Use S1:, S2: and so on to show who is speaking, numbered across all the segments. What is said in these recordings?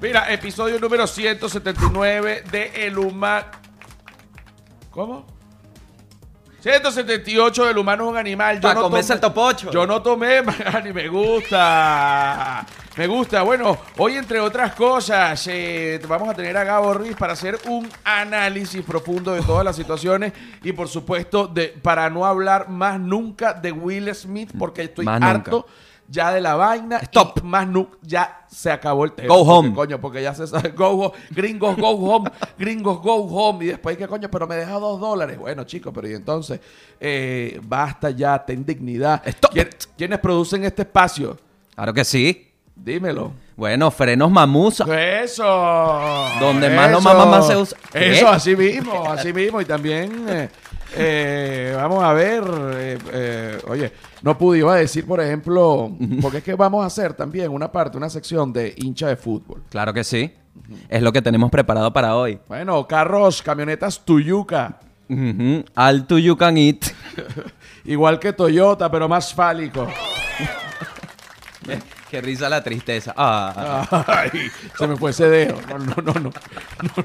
S1: Mira, episodio número 179 de El Humano. ¿Cómo? 178 del humano es un animal.
S2: Pa' comerse
S1: tomé-
S2: el topocho.
S1: Yo no tomé, ni me gusta. Me gusta. Bueno, hoy entre otras cosas eh, vamos a tener a Gabo Ruiz para hacer un análisis profundo de todas las situaciones y por supuesto de para no hablar más nunca de Will Smith porque estoy
S2: Más
S1: harto
S2: nunca.
S1: ya de la vaina.
S2: Stop.
S1: Y Más nu ya se acabó el tema.
S2: Go
S1: Porque,
S2: home.
S1: coño, porque ya se sabe. Go home. Gringos go home. Gringos go home. Y después, ¿qué coño? Pero me deja dos dólares. Bueno, chicos, pero y entonces, Eh, basta ya, ten dignidad.
S2: Stop
S1: ¿Quién-
S2: it.
S1: ¿Quiénes producen este espacio?
S2: Claro que sí.
S1: Dímelo.
S2: Bueno, frenos mamusa.
S1: Eso.
S2: Donde
S1: Eso.
S2: más no mama, más se usa. ¿Qué?
S1: Eso, así mismo, así mismo. Y también, eh, eh, vamos a ver, eh, eh, oye, no pude, iba a decir, por ejemplo, porque es que vamos a hacer también una parte, una sección de hincha de fútbol.
S2: Claro que sí. Es lo que tenemos preparado para hoy.
S1: Bueno, carros, camionetas Tuyuca,
S2: Ujú. All to you can eat.
S1: igual que Toyota, pero más fálico.
S2: Qué risa la tristeza. Ah,
S1: Ay, se me fue ese dedo. No, no, no, no. No, no,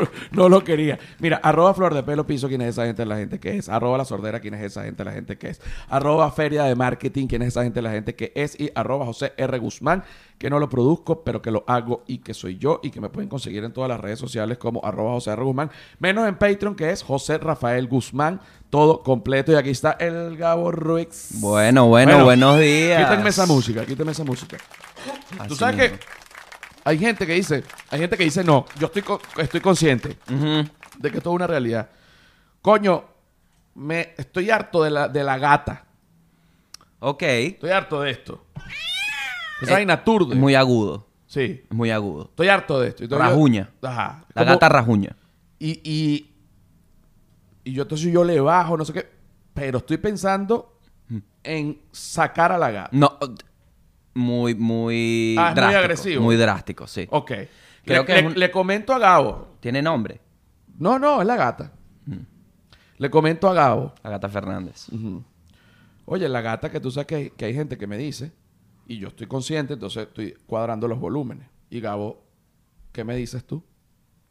S1: no, no lo quería. Mira, arroba flor de pelo piso, quién es esa gente, la gente que es. Arroba la sordera, quién es esa gente, la gente que es. Arroba feria de marketing, quién es esa gente, la gente que es. Y arroba José R. Guzmán, que no lo produzco, pero que lo hago y que soy yo y que me pueden conseguir en todas las redes sociales como arroba José R. Guzmán, menos en Patreon, que es José Rafael Guzmán. Todo completo. Y aquí está el Gabo Ruiz.
S2: Bueno, bueno, buenos días.
S1: Quítenme esa música, quítenme esa música. Tú
S2: Así
S1: sabes
S2: mismo.
S1: que hay gente que dice, hay gente que dice no, yo estoy co- estoy consciente
S2: Ujú.
S1: de que esto es una realidad. Coño, me estoy harto de la, de la gata.
S2: Ok.
S1: Estoy harto de esto. Esa
S2: Eh,
S1: vaina turde.
S2: Muy agudo.
S1: sí.
S2: Muy agudo.
S1: Estoy harto de esto. Y todavía-
S2: Rajuña.
S1: Ajá.
S2: La
S1: Como-
S2: gata rajuña.
S1: Y, y, y yo entonces yo le bajo, no sé qué. Pero estoy pensando
S2: Mm.
S1: en sacar a la gata.
S2: No. Muy, muy
S1: Ah, es muy
S2: drástico.
S1: agresivo. Oh.
S2: muy drástico, sí.
S1: Ok.
S2: Creo
S1: le,
S2: que es
S1: le-
S2: un-
S1: le comento a Gabo.
S2: Tiene nombre.
S1: No, no, es la gata.
S2: Mm.
S1: Le comento a Gabo.
S2: Agata Fernández.
S1: Oye, la gata que tú sabes que, que hay gente que me dice, y yo estoy consciente, entonces estoy cuadrando los volúmenes. Y Gabo, ¿qué me dices tú?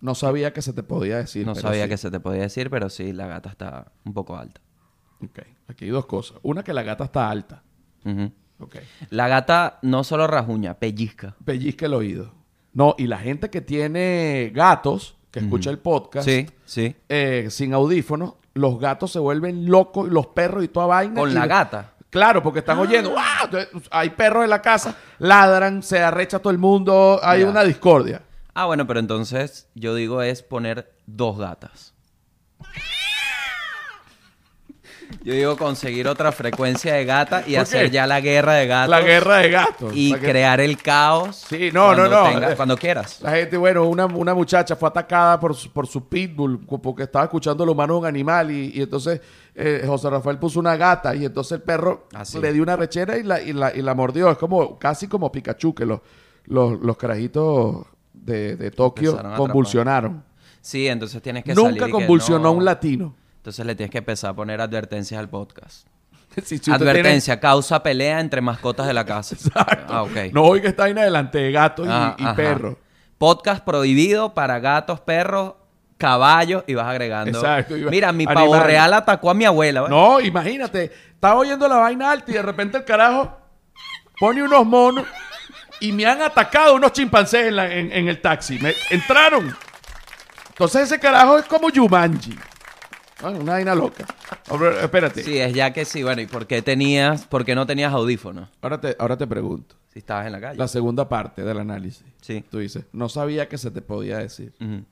S1: No sabía que se te podía decir.
S2: No
S1: pero
S2: sabía
S1: sí.
S2: que se te podía decir, pero sí, la gata está un poco alta.
S1: Ok, aquí hay dos cosas. Una, que la gata está alta.
S2: Ujú.
S1: Ok.
S2: La gata no solo rajuña, pellizca.
S1: Pellizca el oído. No, y la gente que tiene gatos, que escucha el podcast,
S2: Sí, sí.
S1: eh, sin audífonos, los gatos se vuelven locos, y los perros y toda vaina.
S2: Con
S1: y
S2: la
S1: los-
S2: gata.
S1: Claro, porque están oyendo. ¡guau! Entonces, Hay perros en la casa, ladran, se arrecha todo el mundo, hay
S2: Ya.
S1: una discordia.
S2: Ah, bueno, pero entonces yo digo es poner dos gatas. Yo digo conseguir otra frecuencia de gata y
S1: ¿Por
S2: hacer
S1: qué?
S2: ya la guerra de gatos.
S1: La guerra de gatos.
S2: Y
S1: La que-
S2: crear el caos.
S1: Sí, no, no,
S2: cuando
S1: no.
S2: tenga- cuando quieras.
S1: La gente, bueno, una, una muchacha fue atacada por su, por su pitbull cu- porque estaba escuchando lo humano es un animal y, y entonces eh, José Rafael puso una gata y entonces el perro
S2: Así.
S1: le dio una rechera y la, y la, y la mordió. Es como casi como Pikachu que los, los, los carajitos de, de Tokio
S2: Empezaron a
S1: convulsionaron.
S2: Sí, entonces tienes que salir y
S1: Nunca
S2: que
S1: convulsionó
S2: no.
S1: un latino.
S2: Entonces le tienes que empezar a poner advertencias al podcast.
S1: Si- si usted tiene-
S2: Advertencia, causa pelea entre mascotas de la casa.
S1: Exacto.
S2: Ah, ok.
S1: No oiga esta vaina delante de gatos y-
S2: Ah,
S1: y,
S2: ajá.
S1: perros.
S2: Podcast prohibido para gatos, perros, caballos y vas agregando.
S1: Exacto. Y va-
S2: Mira, mi pavo
S1: animales.
S2: real atacó a mi abuela. ¿ves?
S1: No, imagínate, estaba oyendo la vaina alta y de repente el carajo pone unos monos y me han atacado unos chimpancés en, la- en- en el taxi. Me entraron. Entonces ese carajo es como Yumanji. Una vaina loca. Ahora, espérate.
S2: Sí, es ya que sí. Bueno, ¿y por qué tenías, por qué no tenías audífonos?
S1: Ahora, te, ahora te pregunto.
S2: Si estabas en la calle.
S1: La segunda parte del análisis.
S2: Sí.
S1: Tú dices, no sabía que se te podía decir.
S2: Ujú.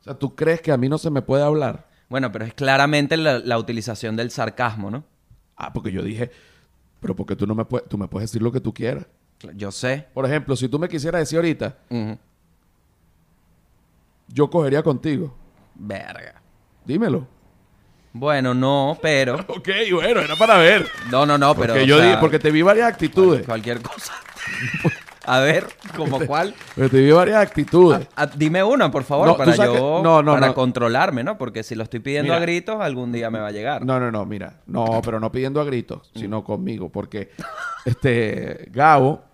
S1: O sea, ¿tú crees que a mí no se me puede hablar?
S2: Bueno, pero es claramente la, la utilización del sarcasmo, ¿no?
S1: Ah, porque yo dije, pero porque tú no me puedes, tú me puedes decir lo que tú quieras.
S2: Cla- Yo sé.
S1: Por ejemplo, si tú me quisieras decir ahorita,
S2: Ujú.
S1: yo cogería contigo.
S2: Verga.
S1: Dímelo.
S2: Bueno, no, pero.
S1: Ok, bueno, era para ver.
S2: No, no, no, pero.
S1: Porque
S2: o
S1: yo
S2: sea,
S1: di- porque te vi varias actitudes.
S2: Cualquier cosa. a ver, ¿como cuál?
S1: Porque te vi varias actitudes.
S2: Ah, dime una, por favor,
S1: No, tú
S2: para
S1: sabes que-
S2: yo
S1: no, no,
S2: para
S1: no.
S2: controlarme, ¿no? Porque si lo estoy pidiendo
S1: Mira.
S2: a gritos, algún día me va a llegar.
S1: No, no, no, mira. No, pero no pidiendo a gritos, sino conmigo. Porque este Gabo,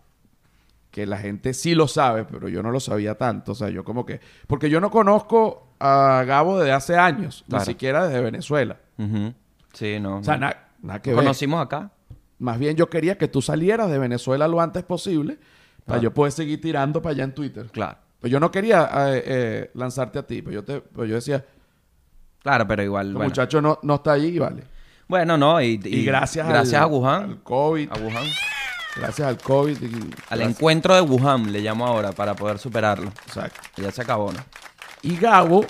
S1: que la gente sí lo sabe, pero yo no lo sabía tanto. O sea, yo como que. Porque yo no conozco a Gabo desde hace años,
S2: Claro.
S1: ni siquiera desde Venezuela.
S2: Ujú. Sí, no.
S1: O sea,
S2: no.
S1: na- nada que ver.
S2: Conocimos acá.
S1: Más bien yo quería que tú salieras de Venezuela lo antes posible
S2: Ah.
S1: para yo poder seguir tirando para allá en Twitter.
S2: Claro.
S1: Pues yo no quería eh, eh, lanzarte a ti, pero yo, te, pero yo decía,
S2: Claro, pero igual.
S1: el
S2: Bueno.
S1: muchacho no, no está allí, vale.
S2: Bueno, no. Y,
S1: Y,
S2: y-
S1: gracias, al-
S2: Gracias a
S1: al
S2: Wuhan.
S1: COVID,
S2: A Wuhan.
S1: gracias al COVID. y-
S2: Al
S1: gracias-
S2: encuentro de Wuhan le llamo ahora para poder superarlo.
S1: Exacto.
S2: Ya se acabó, ¿no?
S1: Y Gabo,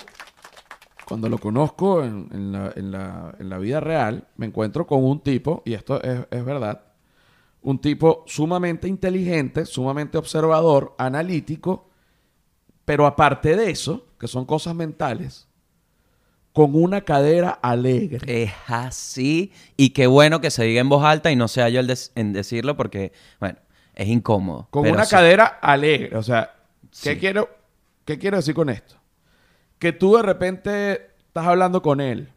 S1: cuando lo conozco en, en la, en la- en la vida real, me encuentro con un tipo, y esto es, es verdad, un tipo sumamente inteligente, sumamente observador, analítico, pero aparte de eso, que son cosas mentales, con una cadera alegre.
S2: Es así. Y qué bueno que se diga en voz alta y no sea yo el des- en decirlo porque, bueno, es incómodo.
S1: Con
S2: Pero
S1: una
S2: sí.
S1: cadera alegre. O sea, ¿qué,
S2: Sí.
S1: quiero, ¿qué quiero decir con esto? Que tú de repente estás hablando con él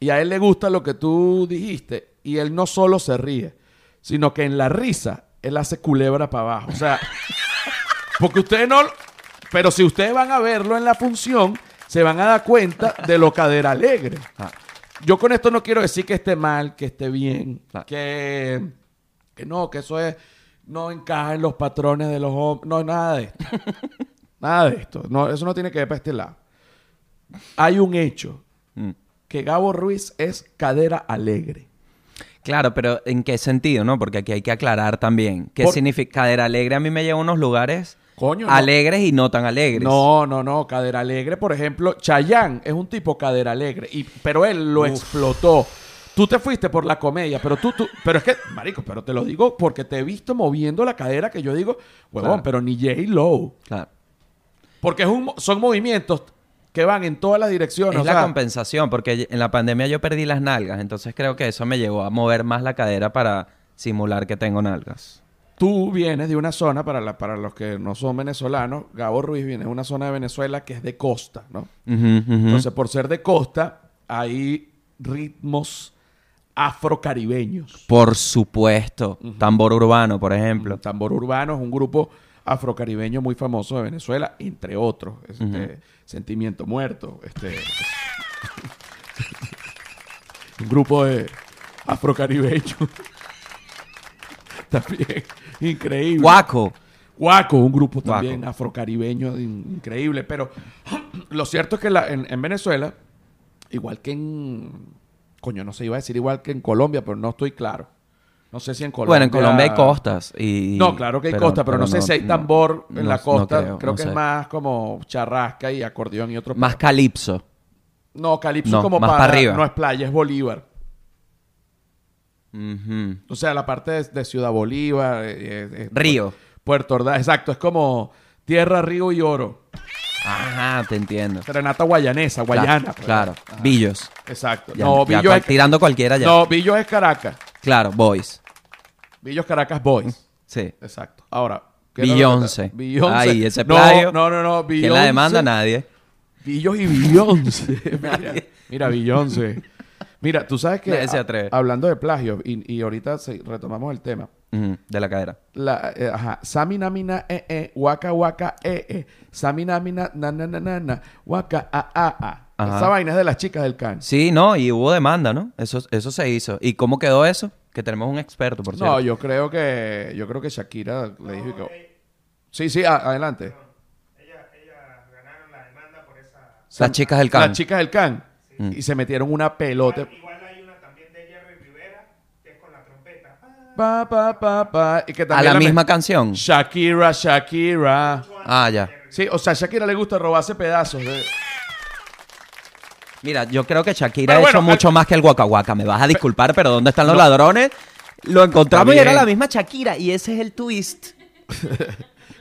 S1: y a él le gusta lo que tú dijiste y él no solo se ríe, sino que en la risa él hace culebra para abajo. O sea, porque ustedes no... Pero si ustedes van a verlo en la función, se van a dar cuenta de lo cadera alegre.
S2: Ah,
S1: Yo con esto no quiero decir que esté mal, que esté bien,
S2: Claro.
S1: que, que no, que eso es, no encaja en los patrones de los hombres, no, nada de esto. nada de esto. No, eso no tiene que ver para este lado. Hay un hecho,
S2: mm.
S1: que Gabo Ruiz es cadera alegre.
S2: Claro, pero ¿en qué sentido, no? Porque aquí hay que aclarar también. ¿Qué
S1: Por-
S2: significa cadera alegre? A mí me lleva a unos lugares
S1: Coño, no.
S2: alegres y no tan alegres.
S1: No, no, no, cadera alegre. Por ejemplo, Chayán es un tipo cadera alegre, y, pero él lo explotó. Tú te fuiste por la comedia, pero tú, tú, pero es que, marico, pero te lo digo porque te he visto moviendo la cadera que yo digo, huevón,
S2: Claro.
S1: pero ni J. Low.
S2: Claro.
S1: Porque es un mo- son movimientos que van en todas las direcciones.
S2: es
S1: o
S2: la
S1: sea,
S2: compensación, porque en la pandemia yo perdí las nalgas, entonces creo que eso me llevó a mover más la cadera para simular que tengo nalgas.
S1: tú vienes de una zona, para, la, para los que no son venezolanos, Gabo Ruiz viene de una zona de Venezuela que es de costa, ¿no?
S2: Ujú, ujú.
S1: Entonces, por ser de costa, hay ritmos afrocaribeños.
S2: por supuesto, tambor urbano, por ejemplo.
S1: Tambor Urbano es un grupo afrocaribeño muy famoso de Venezuela, entre otros. Este, Sentimiento Muerto. Este, un grupo de afrocaribeños. también increíble.
S2: Guaco.
S1: Guaco, un grupo
S2: Guaco.
S1: también afrocaribeño in- increíble. Pero lo cierto es que la- en, en Venezuela, igual que en. Coño, no se iba a decir igual que en Colombia, pero no estoy claro. No sé si en Colombia.
S2: Bueno, en Colombia hay costas. Y,
S1: No, claro que hay costa, pero, no, sé si hay tambor en
S2: no-
S1: la
S2: no
S1: costa. creo
S2: no
S1: que
S2: sé.
S1: es más como charrasca y acordeón y otro.
S2: Más calipso.
S1: no, calipso
S2: no,
S1: es como
S2: más
S1: para,
S2: pa' arriba.
S1: No es playa, es Bolívar.
S2: Ujú.
S1: O sea, la parte de, de Ciudad Bolívar. eh, eh, eh,
S2: Río.
S1: Puerto Ordaz, exacto. Es como tierra, río y oro.
S2: Ajá, te entiendo.
S1: Serenata guayanesa, guayana.
S2: Claro,
S1: pues.
S2: claro. Billos.
S1: Exacto.
S2: Ya-
S1: no,
S2: ya
S1: Billo
S2: cual-
S1: es,
S2: tirando cualquiera ya.
S1: no, Billo es Caracas.
S2: Claro, boys.
S1: Billo es Caracas Boys.
S2: Sí.
S1: Exacto. Ahora. ¿qué era lo que
S2: Mm. Beyoncé.
S1: está- Beyoncé.
S2: Ay, ese
S1: no,
S2: playo.
S1: No, no, no. Beyoncé.
S2: ¿Quién la demanda? Nadie.
S1: Billos y Beyoncé. mira, mira, Beyoncé. Mira, tú sabes que...
S2: Nadie se
S1: a-
S2: atreve.
S1: hablando de plagio, y, y ahorita se- retomamos el tema.
S2: Ujú, De la cadera.
S1: La, eh, ajá. Sami namina eh eh, waka waka eh eh, Sami namina na na na na na, waka a a a.
S2: Ajá.
S1: Esa vaina es de las chicas del can.
S2: Sí, no, y hubo demanda, ¿no? Eso, eso se hizo. ¿Y cómo quedó eso? Que tenemos un experto, por
S1: No,
S2: cierto.
S1: yo creo que yo creo que Shakira le dijo que Sí, sí, a- adelante.
S3: Ellas, ellas ganaron la demanda por esa.
S1: Sam-
S2: chicas del can. Mm.
S1: Las chicas del can. Y se metieron una pelota.
S3: Igual hay una también de Jerry Rivera, que es con la trompeta. Ah,
S1: Pa, pa, pa, pa. Y que
S2: A
S1: también
S2: la
S1: me-
S2: misma canción.
S1: Shakira, Shakira.
S2: Ah, ya.
S1: Sí, o sea, a Shakira le gusta robarse pedazos. ¿eh? de-
S2: Mira, yo creo que Shakira
S1: Pero
S2: ha
S1: bueno,
S2: hecho
S1: al-
S2: mucho más que el Waka Waka. Me vas a disculpar, pero ¿dónde están los ladrones? Lo encontramos y
S1: Está
S2: era
S1: bien.
S2: la misma Shakira. Y ese es el twist.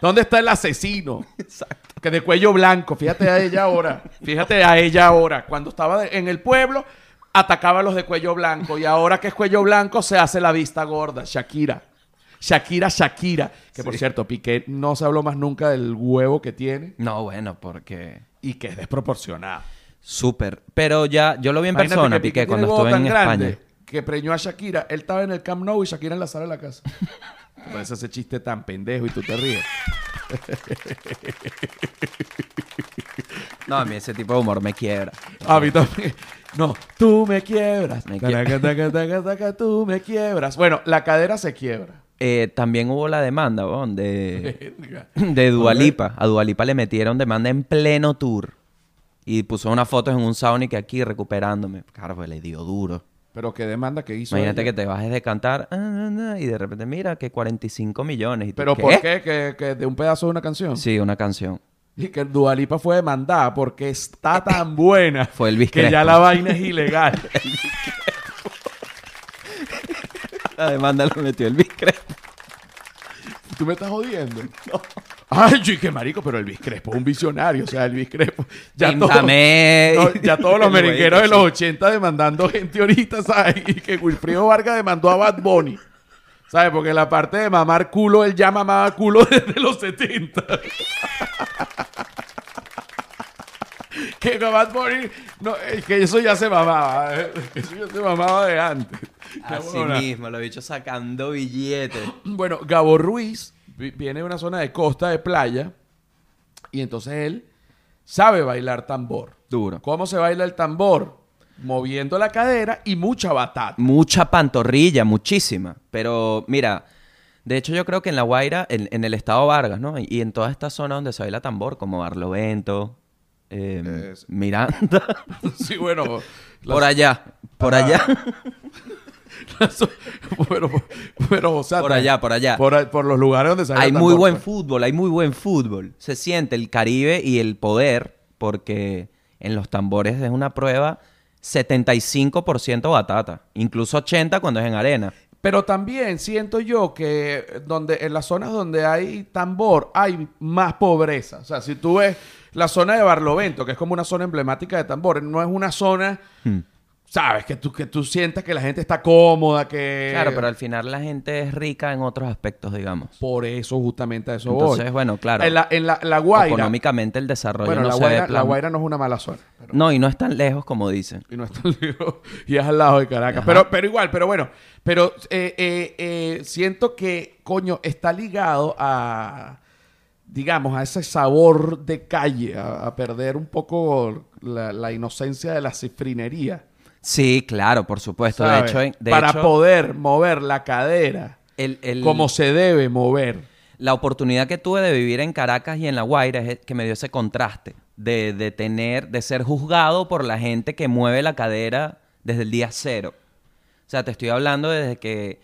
S1: ¿Dónde está el asesino? Exacto. Que de cuello blanco. Fíjate a ella ahora. Fíjate a ella ahora. Cuando estaba de- en el pueblo, atacaba a los de cuello blanco. Y ahora que es cuello blanco, se hace la vista gorda. Shakira. Shakira, Shakira. Que por cierto, Piqué no se habló más nunca del huevo que tiene
S2: No, bueno, porque...
S1: y que es desproporcionado.
S2: Súper. Pero ya, yo lo vi en
S1: Imagínate
S2: persona,
S1: que
S2: Piqué,
S1: tiene
S2: cuando
S1: el huevo
S2: estuve en
S1: tan grande
S2: España.
S1: Que preñó a Shakira. Él estaba en el Camp Nou y Shakira en la sala de la casa. Te parece ese chiste tan pendejo y tú te ríes.
S2: No, a mí ese tipo de humor me quiebra.
S1: A mí también. No, tú me quiebras.
S2: Me quiebra.
S1: Taca, taca, taca, taca, tú me quiebras. Bueno, la cadera se quiebra.
S2: Eh, también hubo la demanda, weón, de,
S1: Verga.
S2: de Dualipa. A Dualipa le metieron demanda en pleno tour. Y puso unas fotos en un Sonic aquí recuperándome. Claro, pues le dio duro.
S1: Pero qué demanda que hizo.
S2: Imagínate
S1: ella.
S2: que te bajes de cantar ah, na, na, y de repente mira que 45 millones. Y tú,
S1: ¿Pero por qué? ¿Que, que de un pedazo de una canción.
S2: Sí, una canción.
S1: Y que Dualipa fue demandada porque está tan buena
S2: Fue Elvis
S1: que ya
S2: Crespo.
S1: la vaina es ilegal.
S2: La demanda la metió el Crespo.
S1: ¿Tú me estás jodiendo? Ay, yo, y qué marico, pero Elvis Crespo es un visionario. O sea, Elvis Crespo. Ya, todo-
S2: Píntame.
S1: no, ya todos los
S2: El güey
S1: merengueros
S2: que
S1: de los 80 demandando gente ahorita, ¿sabes? Y que Wilfrido Vargas demandó a Bad Bunny. ¿Sabes? Porque la parte de mamar culo, él ya mamaba culo desde los 70. que Bad Bunny, no, eh, que eso ya se mamaba. eh, que Eso ya se mamaba de antes. La
S2: Así
S1: huevona.
S2: mismo, lo he dicho sacando billetes.
S1: Bueno, Gabo Ruiz vi- viene de una zona de costa, de playa, y entonces él sabe bailar tambor.
S2: Duro.
S1: ¿Cómo se baila el tambor? Moviendo la cadera y mucha batata.
S2: Mucha pantorrilla, muchísima. Pero mira, de hecho yo creo que en La Guaira, en, en el estado Vargas, ¿no? Y, y en toda esta zona donde se baila tambor, como Barlovento, em,
S1: Es-
S2: Miranda,
S1: Sí, bueno. la-
S2: por allá, por allá,
S1: la zo- bueno, por- pero, o sea,
S2: por allá, por allá.
S1: Ah, Por, a- por los lugares donde se baila
S2: Hay
S1: el
S2: muy
S1: tambor,
S2: buen
S1: pues.
S2: fútbol, hay muy buen fútbol. Se siente el Caribe y el poder, porque en los tambores es una prueba 75% batata, incluso 80 cuando es en arena.
S1: Pero también siento yo que donde en las zonas donde hay tambor hay más pobreza. O sea, si tú ves la zona de Barlovento, que es como una zona emblemática de tambores, no es una zona, sabes, que tú, que tú sientas que la gente está cómoda, que...
S2: Claro, pero al final la gente es rica en otros aspectos, digamos.
S1: Por eso justamente a eso
S2: Entonces,
S1: voy.
S2: bueno, claro.
S1: En la, en la, la Guaira...
S2: Económicamente el desarrollo
S1: Bueno,
S2: no
S1: la,
S2: se ve
S1: Guaira,
S2: plan-
S1: la Guaira no es una mala zona.
S2: No, y no es tan lejos como dicen.
S1: Y no está lejos. Y es al lado de Caracas.
S2: Ajá.
S1: Pero, pero igual, pero bueno. Pero eh, eh, eh, siento que, coño, está ligado a, digamos, a ese sabor de calle, a, a perder un poco la, la inocencia de la cifrinería.
S2: Sí, claro, por supuesto.
S1: ¿sabes?
S2: De hecho, de
S1: Para
S2: hecho,
S1: poder mover la cadera
S2: el- el-
S1: como se debe mover.
S2: la oportunidad que tuve de vivir en Caracas y en La Guaira es que me dio ese contraste de, de tener, de ser juzgado por la gente que mueve la cadera desde el día cero. O sea, te estoy hablando desde que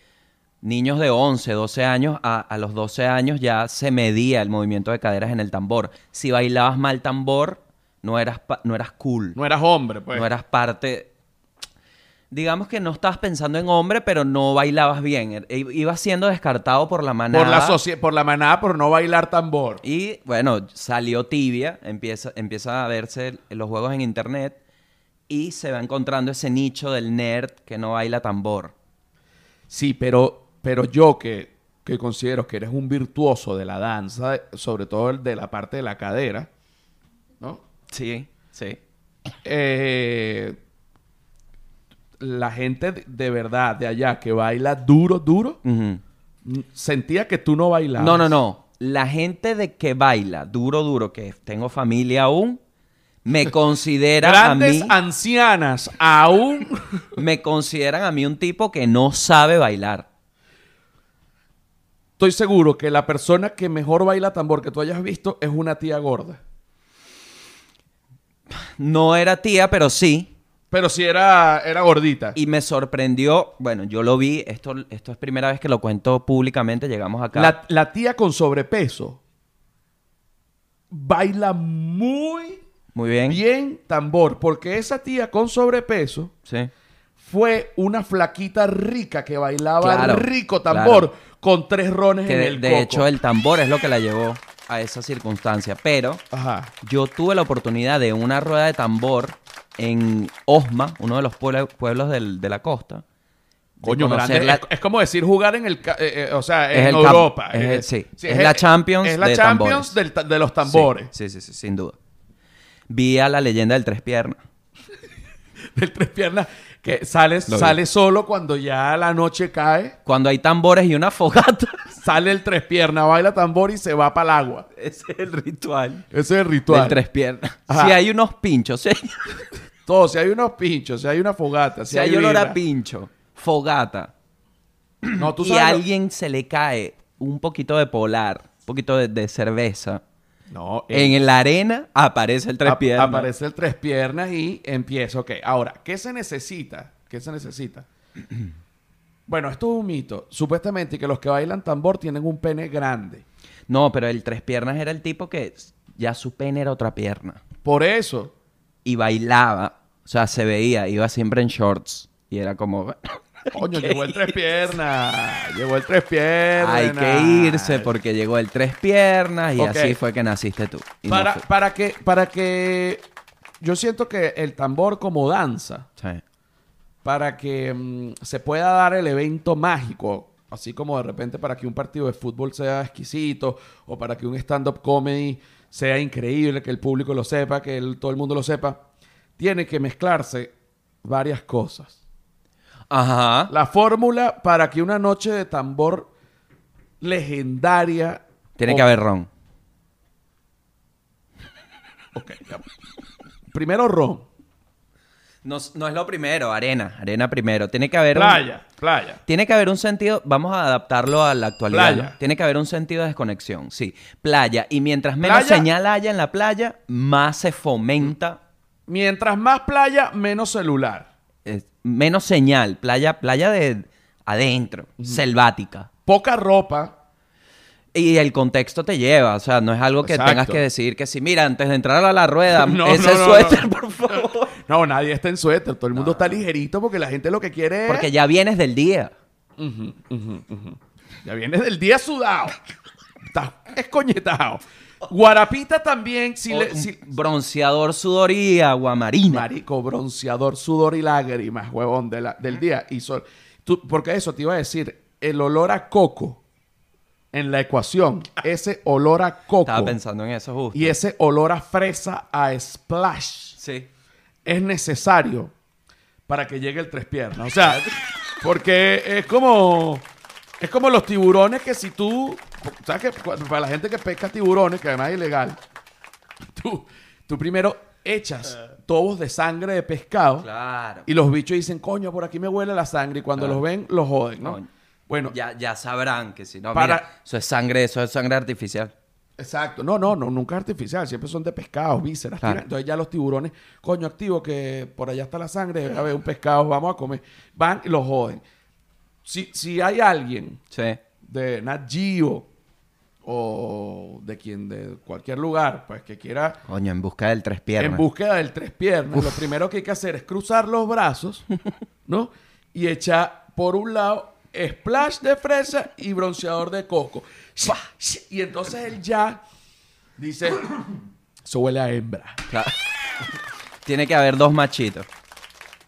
S2: niños de 11, 12 años, a, a los 12 años ya se medía el movimiento de caderas en el tambor. Si bailabas mal tambor, no eras, pa- no eras cool.
S1: No eras hombre, pues.
S2: No eras parte. Digamos que no estabas pensando en hombre, pero no bailabas bien. E- Ibas siendo descartado por la manada.
S1: por, la socie- por la manada, por no bailar tambor.
S2: Y bueno, salió tibia, empieza, empieza a verse el- los juegos en internet y se va encontrando ese nicho del nerd que no baila tambor.
S1: Sí, pero, pero yo que, que considero que eres un virtuoso de la danza, sobre todo el de la parte de la cadera, ¿no?
S2: Sí, sí.
S1: Eh, la gente de- de verdad de allá que baila duro, duro, mm, sentía que tú no bailabas.
S2: No, no, no. La gente de que baila duro, duro, que tengo familia aún, me considera
S1: Grandes
S2: a mí...
S1: ancianas aún.
S2: me consideran a mí un tipo que no sabe bailar.
S1: Estoy seguro que la persona que mejor baila tambor que tú hayas visto es una tía gorda.
S2: No era tía, pero sí.
S1: Pero si era, era gordita.
S2: Y me sorprendió, bueno, yo lo vi, esto, esto es primera vez que lo cuento públicamente, llegamos acá.
S1: La, la tía con sobrepeso baila muy
S2: Muy bien.
S1: bien tambor, porque esa tía con sobrepeso
S2: Sí.
S1: fue una flaquita rica que bailaba
S2: Claro,
S1: rico tambor con tres rones
S2: Que
S1: en
S2: de,
S1: el
S2: de
S1: coco.
S2: hecho el tambor es lo que la llevó a esa circunstancia. Pero
S1: Ajá.
S2: yo tuve la oportunidad de una rueda de tambor en Osma, uno de los pueblo- pueblos del- de la costa. de
S1: Coño, grande.
S2: conocer la-
S1: Es, es como decir jugar en el... ca- eh, eh, o sea,
S2: Es
S1: en
S2: el camp-
S1: Europa.
S2: es
S1: Eh,
S2: el- sí.
S1: sí,
S2: Es la Champions
S1: Es la
S2: de
S1: Champions
S2: tambores.
S1: del ta- de los tambores.
S2: Sí, sí, sí, sí, sin duda. Vi a la leyenda del tres piernas.
S1: Del tres piernas que sale,
S2: Lo vi.
S1: sale solo cuando ya la noche cae.
S2: Cuando hay tambores y una fogata.
S1: sale el tres piernas, baila tambor y se va para el agua.
S2: Ese es el ritual.
S1: Ese es el
S2: Del
S1: ritual.
S2: tres piernas.
S1: Ajá.
S2: Si hay unos pinchos, si hay,
S1: Todo, si hay unos pinchos, si hay una fogata, si,
S2: si hay olor a
S1: birra.
S2: pincho, fogata,
S1: No, tú
S2: y
S1: sabes.
S2: a
S1: lo-
S2: alguien se le cae un poquito de polar, un poquito de, de cerveza,
S1: No, eh,
S2: en la arena aparece el tres
S1: ap-
S2: piernas.
S1: Aparece el tres piernas y empieza. Ok, ahora, ¿qué se necesita? ¿Qué se necesita? Bueno, esto es un mito. Supuestamente que los que bailan tambor tienen un pene grande.
S2: No, pero el tres piernas era el tipo que ya su pene era otra pierna.
S1: Por eso,
S2: Y bailaba, o sea, se veía, iba siempre en shorts. Y era como...
S1: coño, llegó el tres piernas. Llegó el tres piernas.
S2: Hay que irse porque llegó el tres piernas y
S1: Ok.
S2: así fue que naciste tú. Y no
S1: Para,
S2: fue-
S1: para que, para que. Yo siento que el tambor como danza.
S2: Sí.
S1: para que mm, se pueda dar el evento mágico, así como de repente para que un partido de fútbol sea exquisito o para que un stand-up comedy sea increíble, que el público lo sepa, que el- todo el mundo lo sepa, tiene que mezclarse varias cosas.
S2: Ajá.
S1: La fórmula para que una noche de tambor legendaria...
S2: Tiene
S1: o-
S2: que haber ron.
S1: Primero ron,
S2: No, s- no es lo primero, arena. Arena primero. Tiene que haber... un-
S1: playa, playa.
S2: Tiene que haber un sentido, vamos a adaptarlo a la actualidad.
S1: Playa.
S2: ¿no? Tiene que haber un sentido de desconexión, sí. Playa. Y mientras menos
S1: Playa.
S2: señal haya en la playa, más se fomenta,
S1: Mientras más playa, menos celular.
S2: eh, menos señal. Playa, playa de adentro, selvática.
S1: Poca ropa,
S2: Y el contexto te lleva, o sea, no es algo que
S1: Exacto.
S2: tengas que decir que si, mira, antes de entrar a la rueda,
S1: No,
S2: ese
S1: no, no,
S2: suéter,
S1: no.
S2: por favor.
S1: No, nadie está en suéter. Todo el mundo está ligerito porque la gente lo que quiere es...
S2: Porque ya vienes del día.
S1: Ya vienes del día sudado. Estás escoñetado. Guarapita también, si
S2: O
S1: le...
S2: Oh, un
S1: si-
S2: Bronceador, sudor y agua marina.
S1: Marico, bronceador, sudor y lágrimas, huevón, de la- del día. Y sol. Tú- porque eso te iba a decir, el olor a coco en la ecuación, ese olor a coco
S2: Estaba pensando en eso justo.
S1: y ese olor a fresa, a splash.
S2: Sí.
S1: es necesario para que llegue el tres piernas. O sea, porque es como es como los tiburones que si tú sabes que cu- para la gente que pesca tiburones, que además es ilegal, tú, tú primero echas tobos de sangre de pescado
S2: Eh. Claro.
S1: y los bichos dicen, "Coño, por aquí me huele la sangre" y cuando los ven los joden, ¿no?
S2: Coño.
S1: Bueno,
S2: Ya, ya sabrán que si no,
S1: Para-
S2: mira, eso es sangre, eso es sangre artificial.
S1: Exacto. No, no, no, nunca es artificial. Siempre son de pescados, vísceras.
S2: Claro.
S1: tira- Entonces ya los tiburones, coño, activo, que por allá está la sangre, a ver, un pescado, vamos a comer. Van y los joden. Si, si hay alguien
S2: Sí.
S1: de Nat Geo o de quien, de cualquier lugar, pues que quiera
S2: Coño, en busca del tres piernas.
S1: en búsqueda del tres piernas, lo primero que hay que hacer es cruzar los brazos, ¿no? Y echar por un lado splash de fresa y bronceador de coco. Shua, shi. Y entonces él ya dice, eso huele a hembra.
S2: Claro. Tiene que haber dos machitos.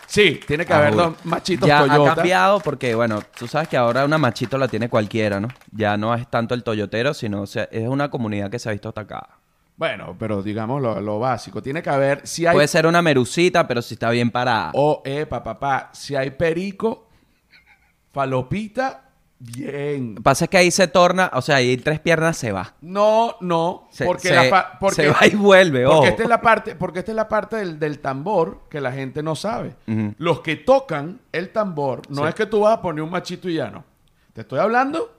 S1: Sí, tiene que
S2: Ah,
S1: haber
S2: juro.
S1: dos machitos
S2: ya
S1: Toyota.
S2: ha cambiado porque, bueno, tú sabes que ahora una machito la tiene cualquiera, ¿no? Ya no es tanto el toyotero, sino o sea, es una comunidad que se ha visto atacada.
S1: Bueno, pero digamos lo, lo básico. Tiene que haber, si hay...
S2: Puede ser una merucita, pero si está bien parada.
S1: O, E, epa, papá, si hay perico, falopita, bien.
S2: Lo que pasa es que ahí se torna, o sea, ahí el tres piernas se va.
S1: No, no,
S2: Se-
S1: porque
S2: se-
S1: la fa- porque-
S2: se va y vuelve, ojo.
S1: Porque esta es la parte, porque esta es la parte del, del tambor que la gente no sabe.
S2: Ujú.
S1: Los que tocan el tambor, no
S2: Sí.
S1: es que tú vas a poner un machito y ya no. Te estoy hablando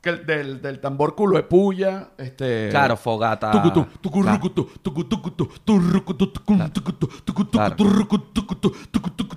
S1: que el- del, del tambor culo de puya, este
S2: Claro, fogata.
S1: Tucutú,
S2: Claro.
S1: tucurrucutú, tucutucutú, turrucutú, tucum, tucutú, tucutú,
S2: Claro.
S1: turrucutú, tucutú,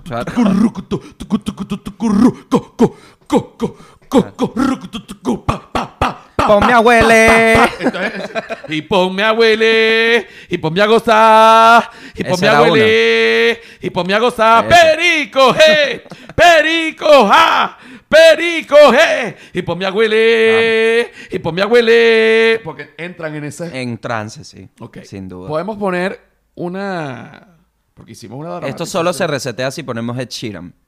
S2: Claro.
S1: tucurrucutú, tucutucutú, tucurru, co, co, co, co, co, co, rucutú, tucu, pa, pa, pa, pa,
S2: Ponme
S1: pa,
S2: abuele.
S1: entonces, y ponme a huele, y ponme a gozar, y
S2: Esa
S1: ponme a
S2: era una.
S1: huele, y ponme a gozar.
S2: Esa.
S1: Perico, hey, perico, ja, perico, hey, y ponme a huele,
S2: Ah.
S1: y ponme a huele. Porque entran en esa.
S2: En trance, sí.
S1: Ok.
S2: Eh, Sin duda.
S1: Podemos poner una. Porque hicimos una
S2: Esto solo se resetea si ponemos Ed Sheeran.
S1: dramatización.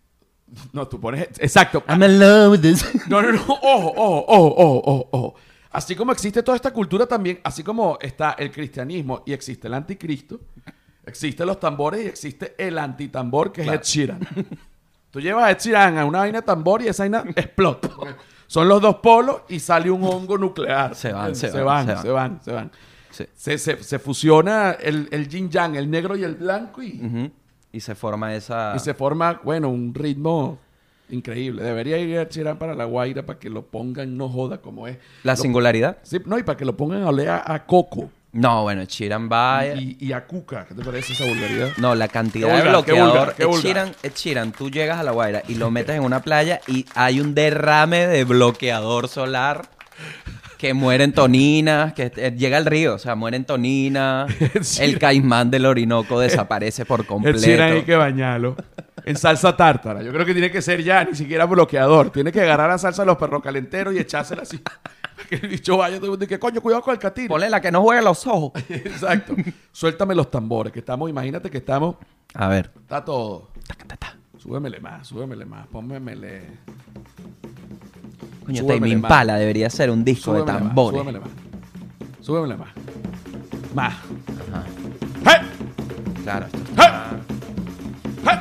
S1: No, tú pones. Exacto.
S2: I'm in love with this.
S1: No, no, no. Ojo, ojo, ojo, ojo, ojo, ojo. Así como existe toda esta cultura también, así como está el cristianismo y existe el anticristo, existen los tambores y existe el antitambor que es Ed Sheeran. Tú llevas a Ed Sheeran a una vaina de tambor y esa vaina explota. Son los dos polos y sale un hongo nuclear.
S2: Se van, se
S1: se
S2: van,
S1: van,
S2: se
S1: se van, se van.
S2: Sí.
S1: Se, se- se fusiona el, el yin yang, el negro y el blanco y,
S2: Ujú. Y se forma esa...
S1: y se forma, bueno, un ritmo increíble. Debería ir a Chirán para La Guaira para que lo pongan, no joda como es.
S2: La
S1: Lo-
S2: singularidad.
S1: Sí, no, y para que lo pongan a oler a, a coco
S2: No, bueno, Chiran va... eh,
S1: y, y a cuca. ¿Qué te parece esa vulgaridad?
S2: No, la cantidad
S1: Qué
S2: de
S1: vulgar, qué
S2: bloqueador.
S1: vulgar, qué
S2: Ed
S1: vulgar.
S2: Sheeran- Ed Sheeran, tú llegas a La Guaira y lo metes en una playa y hay un derrame de bloqueador solar que mueren toninas, que eh, llega al río, o sea, mueren toninas, el
S1: Sheeran.
S2: caimán del Orinoco desaparece por
S1: El Sheeran hay
S2: completo.
S1: que bañarlo. En salsa tártara. Yo creo que tiene que ser ya, ni siquiera bloqueador. Tiene que agarrar la salsa de los perros calenteros y echársela así. que el bicho vaya todo el mundo y que coño, cuidado con el catire.
S2: Ponle la que no juegue los ojos.
S1: Exacto. Suéltame los tambores, que estamos, imagínate que estamos,
S2: A ver.
S1: está todo. Súbemele más, súbemele más, pónmele.
S2: Coño,
S1: Súbemele
S2: Tame
S1: más.
S2: Impala debería ser un disco de
S1: súbemele
S2: tambores.
S1: Más, súbemele más. Súbemele más. Más.
S2: Ajá.
S1: ¡Hey!
S2: Claro, esto está-
S1: ¡Hey!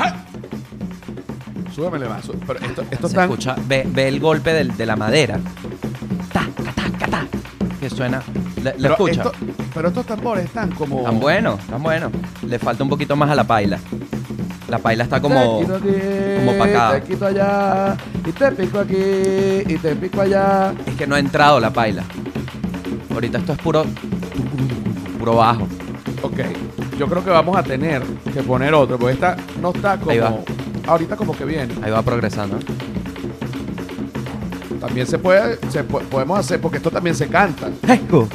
S1: ¡Hey! ¡Hey! Súbemele más. sú- Pero esto, esto
S2: se
S1: tan-
S2: escucha, ve, ve el golpe del- de la madera. Ta, ca, ta, ca, ta, que suena. ¿Lo, lo
S1: pero
S2: escucha?
S1: esto- pero estos tambores están como.
S2: Están buenos, están buenos. Le falta un poquito más a la paila. La paila está como.
S1: Te quito aquí,
S2: como pa' acá.
S1: Te quito allá. Y te pico aquí. Y te pico allá.
S2: Es que no ha entrado la paila. Ahorita esto es puro. puro bajo.
S1: Ok, yo creo que vamos a tener que poner otro, porque esta no está
S2: Ahí va.
S1: como. Ahorita como que viene.
S2: Ahí va progresando.
S1: También se puede, se pu- podemos hacer, porque esto también se canta.
S2: ¡Esco!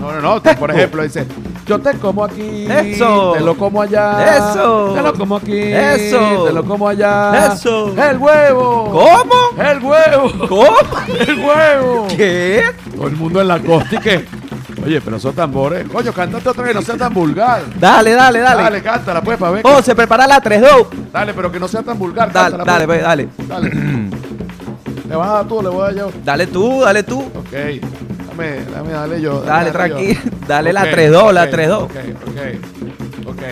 S1: No, no, no. Por ejemplo, dice, yo te como aquí.
S2: Eso.
S1: Te lo como allá.
S2: Eso.
S1: Te lo como aquí.
S2: Eso.
S1: Te lo como allá.
S2: Eso.
S1: El huevo.
S2: ¿Cómo?
S1: El huevo.
S2: ¿Cómo?
S1: El huevo.
S2: ¿Qué?
S1: Todo el mundo en la costa y que. Oye, pero esos tambores. Coño, cántate otra vez, no sea tan vulgar.
S2: Dale, dale,
S1: Dale,
S2: dale.
S1: cántala, pues, para ver. que-
S2: Oh, se prepara la 3-2.
S1: Dale, pero que no sea tan vulgar.
S2: Dale,
S1: cántala,
S2: dale,
S1: pues.
S2: pues, dale.
S1: Dale. Le vas a dar tú, le voy a dar yo.
S2: Dale tú, dale tú.
S1: Ok. Dame, dame, dale yo.
S2: Dale,
S1: tranquilo.
S2: tranqui- dale la 3-2, la 3-2.
S1: Ok, ok. Ok.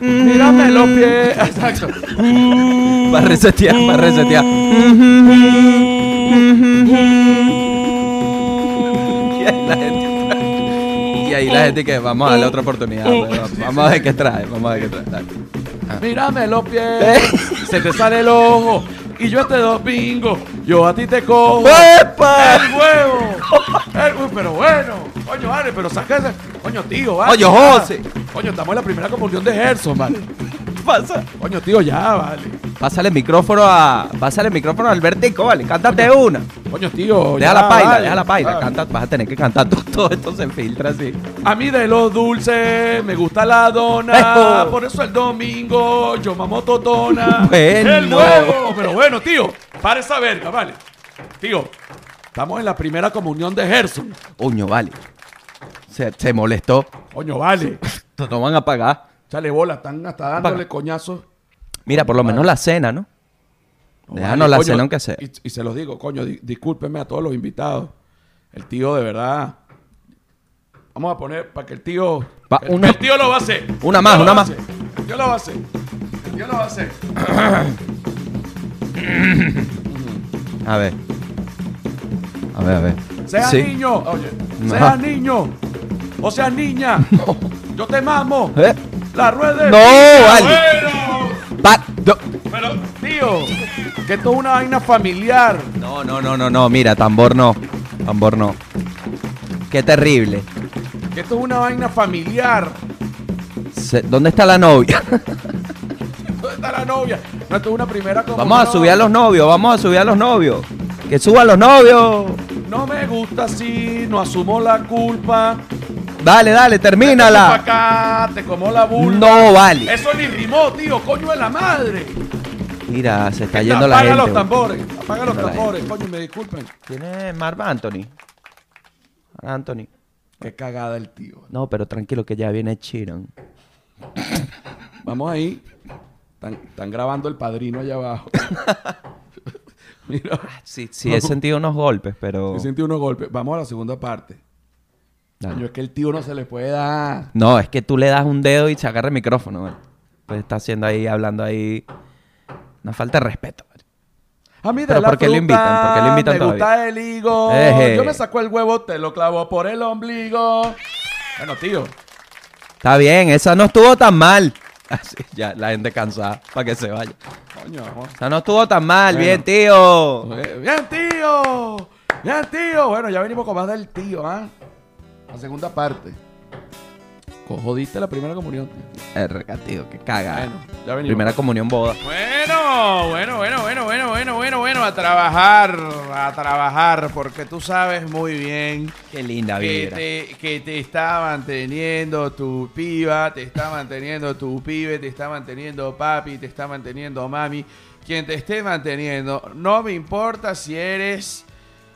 S2: Mm.
S1: Mírame los pies. Exacto.
S2: Para resetear, para resetear. Y ahí la gente- Y ahí la gente que vamos a darle otra oportunidad. pues, Vamos a ver qué trae, vamos a ver qué trae. dale.
S1: Mírame los pies. Se te sale el ojo. Y yo te domingo. Yo a ti te cojo.
S2: ¡Epa!
S1: ¡El huevo! El hue- pero bueno. Coño, vale, pero saca esa. Coño, tío, vale.
S2: Coño,
S1: ya.
S2: José.
S1: Coño, estamos en la primera convulsión de Gerson, vale.
S2: Pasa.
S1: Coño, tío, ya, vale.
S2: Pásale el micrófono a. Pásale el micrófono a Albertico, vale. Cántate una.
S1: Coño, tío.
S2: Deja
S1: ya,
S2: la paila,
S1: vale. Ah,
S2: deja la paila.
S1: Vale.
S2: Canta, vas a tener que cantar todo, todo esto se filtra así.
S1: A mí de los dulces me gusta la dona.
S2: Eso.
S1: Por eso el domingo yo mamo totona.
S2: Bueno.
S1: El huevo. Pero bueno, tío, para esa verga, vale. Tío, estamos en la primera comunión de Gerson.
S2: Uño, vale. Se, se molestó.
S1: Coño, vale.
S2: No van a pagar.
S1: Chale bola, están hasta dándole
S2: Paga.
S1: coñazos.
S2: Mira, por lo menos la cena, ¿no?
S1: No,
S2: Déjanos
S1: vale,
S2: la
S1: coño,
S2: cena aunque sea.
S1: Y, y se los digo, coño, di- discúlpenme a todos los invitados. El tío, de verdad. Vamos a poner para que el tío.
S2: Va,
S1: el,
S2: una-
S1: el tío lo va a hacer.
S2: Una
S1: El
S2: más,
S1: tío lo
S2: una
S1: va a
S2: más.
S1: hacer. El tío lo va a hacer. El tío lo va a hacer.
S2: A ver. A ver, a ver.
S1: Sea
S2: Sí.
S1: niño, oye,
S2: No.
S1: sea niño, o sea niña, yo te mamo,
S2: ¿Eh?
S1: la rueda de
S2: No,
S1: pica,
S2: Pa-
S1: bueno,
S2: no.
S1: pero tío, que esto es una vaina familiar,
S2: no, no, no, no, no. Mira, tambor no. Tambor no. Qué terrible.
S1: que esto es una vaina familiar,
S2: Se- ¿Dónde está la novia?
S1: ¿dónde está la novia? No, esto es una primera como
S2: Vamos a
S1: no,
S2: subir a los novios, vamos a subir a los novios. Que suba a los novios.
S1: No me gusta así, no asumo la culpa,
S2: Dale, dale,
S1: pa'
S2: termínala.
S1: acá, te como la vulva.
S2: No vale.
S1: Eso ni rimó, tío, coño de la madre.
S2: Mira, se está yendo la
S1: apaga
S2: gente.
S1: los
S2: güey.
S1: tambores, apaga los
S2: Yendo la
S1: tambores, coño, me disculpen.
S2: ¿Tiene Marva Anthony? Anthony.
S1: Qué cagada el tío. eh.
S2: No, pero tranquilo que ya viene Chiron.
S1: Vamos ahí. Están, están grabando el padrino allá abajo. Mira,
S2: Sí, sí, he sentido unos golpes, pero...
S1: se sentí unos golpes. Vamos a la segunda parte.
S2: Dale.
S1: Coño, es que el tío no se le puede dar.
S2: No, es que tú le das un dedo y se agarra el micrófono, güey. Pues está haciendo ahí, hablando ahí. Una falta de respeto, güey.
S1: A mí de
S2: Pero
S1: Ah, la
S2: ¿por qué lo
S1: fruta
S2: invitan? ¿Por qué lo invitan
S1: me
S2: todavía?
S1: gusta el higo.
S2: Eje.
S1: Yo me saco el huevo, te lo clavo por el ombligo. Bueno, tío.
S2: Está bien, esa no estuvo tan mal. Así, ya, la gente cansada, para que se vaya.
S1: Coño, vamos.
S2: O sea, no estuvo tan mal,
S1: Bueno.
S2: bien, tío.
S1: Eh, Bien, tío. Bien, tío. Bueno, ya venimos con más del tío, ¿ah? La segunda parte. Co- Jodiste la primera comunión. tío.
S2: Erga, tío, que caga.
S1: Bueno, ya venimos.
S2: Ah. Primera comunión boda.
S1: Bueno, bueno, bueno, bueno, bueno, bueno, bueno, bueno, a trabajar, a trabajar, porque tú sabes muy bien
S2: Qué linda vida.
S1: que te, que te está manteniendo tu piba, te está manteniendo tu pibe, te está manteniendo papi, te está manteniendo mami, quien te esté manteniendo. No me importa si eres,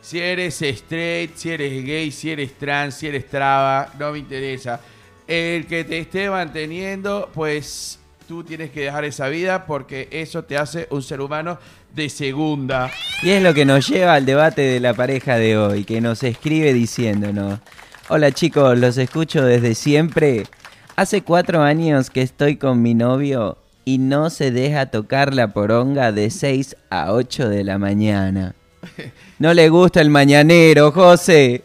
S1: si eres straight, si eres gay, si eres trans, si eres traba, no me interesa. El que te esté manteniendo, pues tú tienes que dejar esa vida porque eso te hace un ser humano de segunda.
S2: Y es lo que nos lleva al debate de la pareja de hoy, que nos escribe diciéndonos, hola chicos, los escucho desde siempre. Hace cuatro años que estoy con mi novio y no se deja tocar la poronga de 6 a 8 de la mañana. No le gusta el mañanero, José.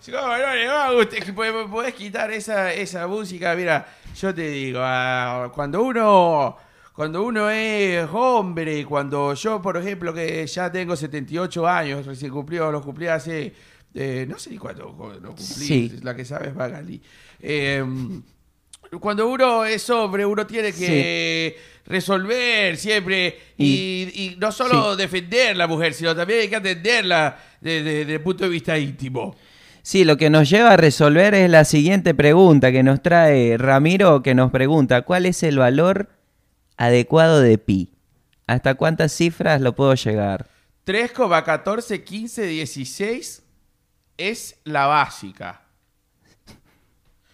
S1: Sí, cómo no le va a gustar. Pu- pu- Puedes quitar esa, esa música. Mira, yo te digo, ah, cuando uno. Cuando uno es hombre, cuando yo, por ejemplo, que ya tengo 78 años, recién cumplió, los cumplí hace, eh, no sé ni cuánto lo cumplí,
S2: Sí.
S1: la que sabes, Magali. Eh, cuando uno es hombre, uno tiene que resolver siempre y, y no solo defender la mujer, sino también hay que atenderla desde, desde el punto de vista íntimo.
S2: Sí, lo que nos lleva a resolver es la siguiente pregunta que nos trae Ramiro, que nos pregunta, ¿cuál es el valor adecuado de pi? ¿Hasta cuántas cifras lo puedo llegar?
S1: 3,14, 15, 16 es la básica.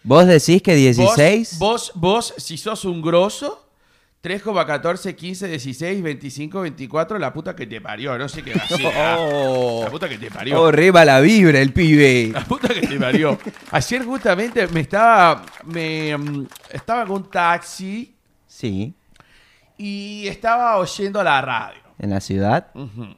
S2: ¿Vos decís que 16?
S1: Vos, vos, vos, si sos un grosso, 3,14, 15, 16, 25, 24, la puta que te parió. No sé qué vacía.
S2: Oh.
S1: La puta que te parió.
S2: Oh, reba la vibra el pibe.
S1: La puta que te parió. Ayer justamente me estaba. Me, mm, estaba con un taxi
S2: Sí,
S1: y estaba oyendo la radio.
S2: en la ciudad.
S1: Mm.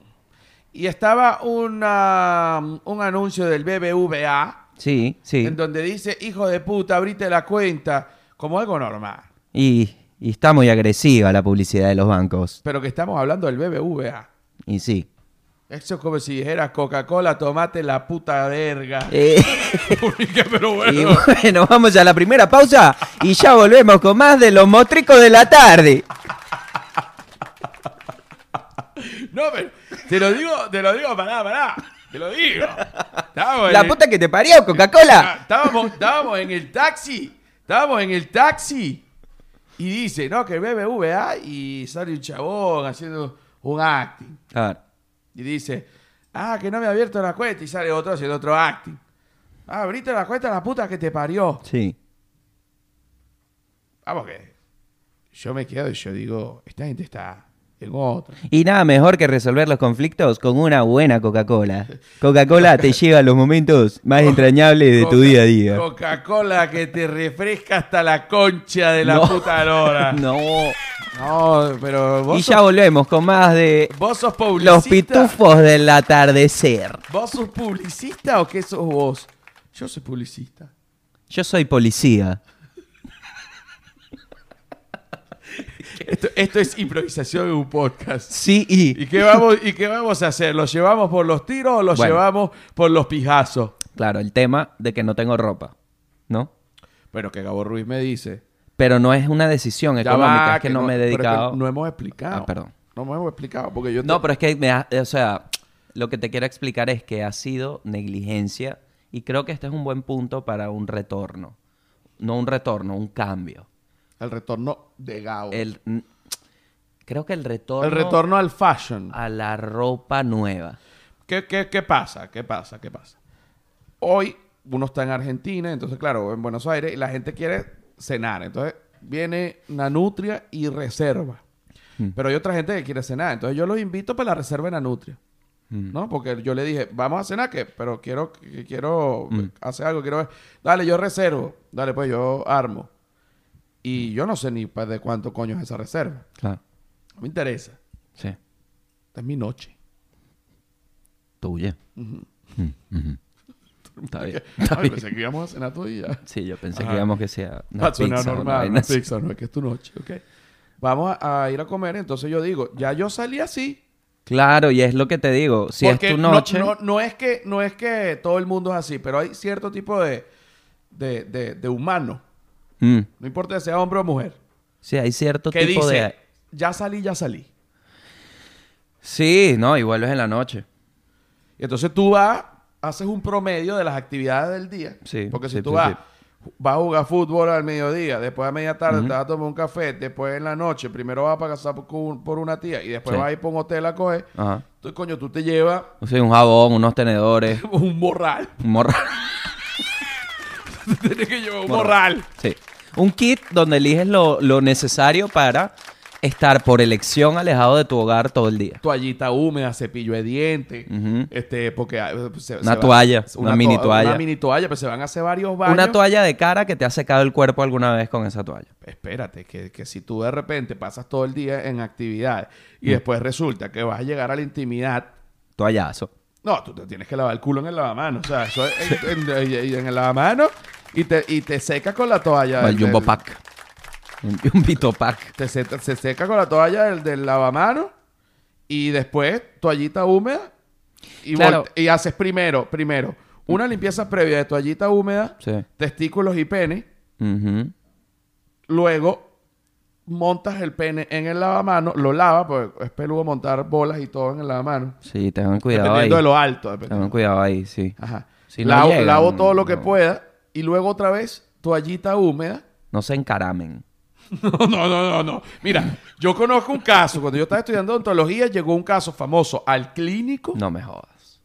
S1: Y estaba una, mm, un anuncio del BBVA.
S2: Sí, sí.
S1: en donde dice, hijo de puta, abrite la cuenta, como algo normal.
S2: Y, y está muy agresiva la publicidad de los bancos.
S1: Pero que estamos hablando del BBVA.
S2: Y sí.
S1: Eso es como si dijeras Coca-Cola, tomate la puta verga.
S2: Eh,
S1: Pero
S2: y
S1: bueno.
S2: bueno, vamos a la primera pausa y ya volvemos con más de los motricos de la tarde.
S1: No, pero te lo digo, te lo digo, pará, pará. Te lo digo. Estábamos en
S2: La
S1: el-
S2: puta que te parió, Coca-Cola.
S1: Ah, Estábamos, estábamos en el taxi. Estábamos en el taxi. Y dice, no, que el BBVA y sale un chabón haciendo un acting.
S2: A ver.
S1: Y dice, ah, que no me ha abierto la cuenta. Y sale otro haciendo otro acting. Ah, abriste la cuenta a la puta que te parió.
S2: Sí.
S1: Vamos que. Yo me quedo y yo digo, esta gente está en otra.
S2: Y nada mejor que resolver los conflictos con una buena Coca-Cola. Coca-Cola te lleva a los momentos más entrañables de tu
S1: Coca-
S2: día a día.
S1: Coca-Cola que te refresca hasta la concha de la
S2: No.
S1: puta lora. no.
S2: No.
S1: pero vos
S2: Y
S1: sos,
S2: ya volvemos con más de
S1: vos sos
S2: los
S1: publicista.
S2: pitufos del atardecer.
S1: ¿Vos sos publicista o qué sos vos? Yo soy publicista.
S2: Yo soy policía.
S1: Esto, esto es improvisación en un podcast.
S2: Sí, y...
S1: ¿Y qué, vamos, ¿Y qué vamos a hacer? ¿Los llevamos por los tiros o los
S2: Bueno.
S1: llevamos por los pijazos?
S2: Claro, el tema de que no tengo ropa, ¿no?
S1: Pero que Gabo Ruiz me dice.
S2: Pero no es una decisión
S1: ya
S2: económica,
S1: va,
S2: es que, no, me he
S1: pero es que
S2: dedicado...
S1: No hemos explicado.
S2: Ah, perdón.
S1: No hemos explicado porque yo.
S2: No, pero es que, me ha- o sea, lo que te quiero explicar es que ha sido negligencia y creo que este es un buen punto para un retorno. No un retorno, un cambio.
S1: El retorno de Gabo. El,
S2: El, mm, creo que el retorno,
S1: retorno al fashion.
S2: a la ropa nueva.
S1: ¿Qué, qué, qué pasa? ¿Qué pasa? ¿Qué pasa? Hoy uno está en Argentina, entonces, claro, en Buenos Aires, y la gente quiere cenar. Entonces, viene Nanutria y reserva.
S2: Hmm.
S1: Pero hay otra gente que quiere cenar. Entonces, yo los invito para la reserva en Nanutria.
S2: Hmm.
S1: ¿No? Porque yo le dije, vamos a cenar, que Pero quiero, que quiero
S2: Hmm.
S1: hacer algo, quiero ver. Dale, yo reservo. Dale, pues yo armo.
S2: Hmm.
S1: Y yo no sé ni pa- de cuánto coño es esa reserva.
S2: Claro,
S1: No me interesa.
S2: sí.
S1: Esta es mi noche.
S2: Tuya. Mm, Está bien. Está
S1: Ay,
S2: bien.
S1: pensé que íbamos a cenar tú y ya.
S2: Sí, yo pensé
S1: Ajá.
S2: que íbamos que sea una
S1: Va a sonar
S2: pizza, una
S1: normal,
S2: vaina
S1: una
S2: así.
S1: pizza, no es que es tu noche, ok. Vamos a, a ir a comer, entonces yo digo, ya yo salí así.
S2: Claro, y es lo que te digo. Si
S1: porque
S2: es tu
S1: no-
S2: noche,
S1: No, no, es que, no es que todo el mundo es así, pero hay cierto tipo de, de, de, de humano,
S2: mm,
S1: no importa si sea hombre o mujer,
S2: sí, hay cierto
S1: que
S2: tipo
S1: dice,
S2: de...
S1: ya salí, ya salí.
S2: Sí, no, y vuelves en la noche.
S1: Y entonces tú vas, haces un promedio de las actividades del día.
S2: Sí,
S1: Porque si
S2: sí,
S1: tú
S2: sí,
S1: vas,
S2: sí.
S1: vas a jugar fútbol al mediodía, después a media tarde te vas a tomar un café, después en la noche, primero vas a pasar por, un- por una tía y después
S2: Sí.
S1: vas a ir por un hotel a coger.
S2: Ajá.
S1: Entonces, coño, tú te llevas
S2: O sea, un jabón, unos tenedores,
S1: un morral.
S2: un morral.
S1: Tú tienes que llevar un morral.
S2: Sí. Un kit donde eliges lo, lo necesario para estar por elección alejado de tu hogar todo el día.
S1: Toallita húmeda, cepillo de dientes,
S2: Ujú.
S1: este, porque ah, se-
S2: Una toalla, una mini
S1: to-
S2: toalla.
S1: Una mini toalla, pero se van a hacer varios baños.
S2: Una toalla de cara que te ha secado el cuerpo alguna vez con esa toalla.
S1: Espérate, que, que si tú de repente pasas todo el día en actividades y
S2: Mm.
S1: después resulta que vas a llegar a la intimidad,
S2: Toallazo.
S1: no, tú te tienes que lavar el culo en el lavamanos. O sea, eso es en, en- en el lavamanos y te, y te seca con la toalla.
S2: O el
S1: del-
S2: jumbo
S1: del-
S2: pack. Un, un pito pack.
S1: Te se, se seca con la toalla del, del lavamanos y después toallita húmeda y,
S2: Claro.
S1: volte- y haces primero, primero, una limpieza previa de toallita húmeda,
S2: Sí.
S1: testículos y pene.
S2: Ujú.
S1: Luego montas el pene en el lavamano, lo lavas, porque es peludo montar bolas y todo en el lavamano.
S2: Sí, tengan cuidado ahí.
S1: dependiendo de lo alto. dependiendo.
S2: Tengan cuidado ahí, sí.
S1: Ajá.
S2: Si no
S1: lavo,
S2: llegan,
S1: lavo todo lo que
S2: no.
S1: pueda y luego otra vez toallita húmeda.
S2: No se encaramen.
S1: No, no, no, no, no. Mira, yo conozco un caso. Cuando yo estaba estudiando odontología, llegó un caso famoso al clínico.
S2: No me jodas.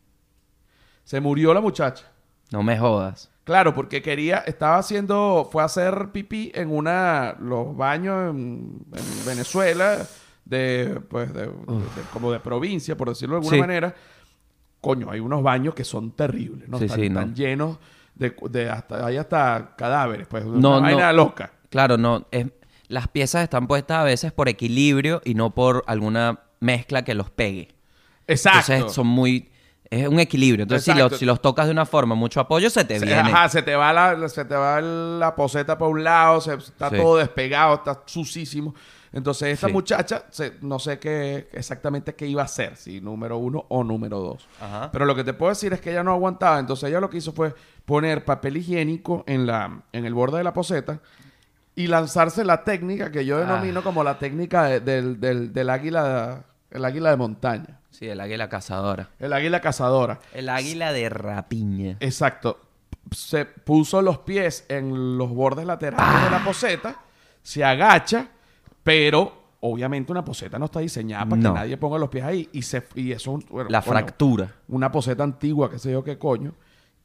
S1: Se murió la muchacha.
S2: No me jodas.
S1: Claro, porque quería, estaba haciendo, fue a hacer pipí en una, los baños en, en Venezuela, de, pues, de- de- como de provincia, por decirlo de alguna
S2: Sí.
S1: manera. Coño, hay unos baños que son terribles, ¿no?
S2: Sí,
S1: están,
S2: sí, no.
S1: están llenos de, de hasta, hay hasta cadáveres, pues, una
S2: No, no.
S1: vaina loca.
S2: Claro, no. es- las piezas están puestas a veces por equilibrio y no por alguna mezcla que los pegue.
S1: Exacto.
S2: Entonces son muy... Es un equilibrio. Entonces si
S1: Exacto.
S2: los, si los tocas de una forma, mucho apoyo, se te
S1: Se-
S2: viene.
S1: ajá, se te va la, se te va la poseta para un lado, se, está
S2: Sí.
S1: todo despegado, está sucísimo. Entonces, esta
S2: Sí.
S1: muchacha, se- no sé qué exactamente qué iba a hacer, si número uno o número dos.
S2: Ajá.
S1: Pero lo que te puedo decir es que ella no aguantaba. Entonces, ella lo que hizo fue poner papel higiénico en, la, en el borde de la poseta y lanzarse la técnica que yo
S2: Ah.
S1: denomino como la técnica de- del, del- del águila, el águila de montaña,
S2: Sí, el águila cazadora.
S1: el águila cazadora.
S2: El águila de rapiña.
S1: Eh, Exacto. Se puso los pies en los bordes laterales de
S2: Ah.
S1: la poseta, se agacha, pero obviamente una poseta no está diseñada para
S2: No.
S1: que nadie ponga los pies ahí. Y, se, y eso es un- bueno,
S2: La
S1: coño,
S2: fractura.
S1: Una poseta antigua, qué sé yo qué coño.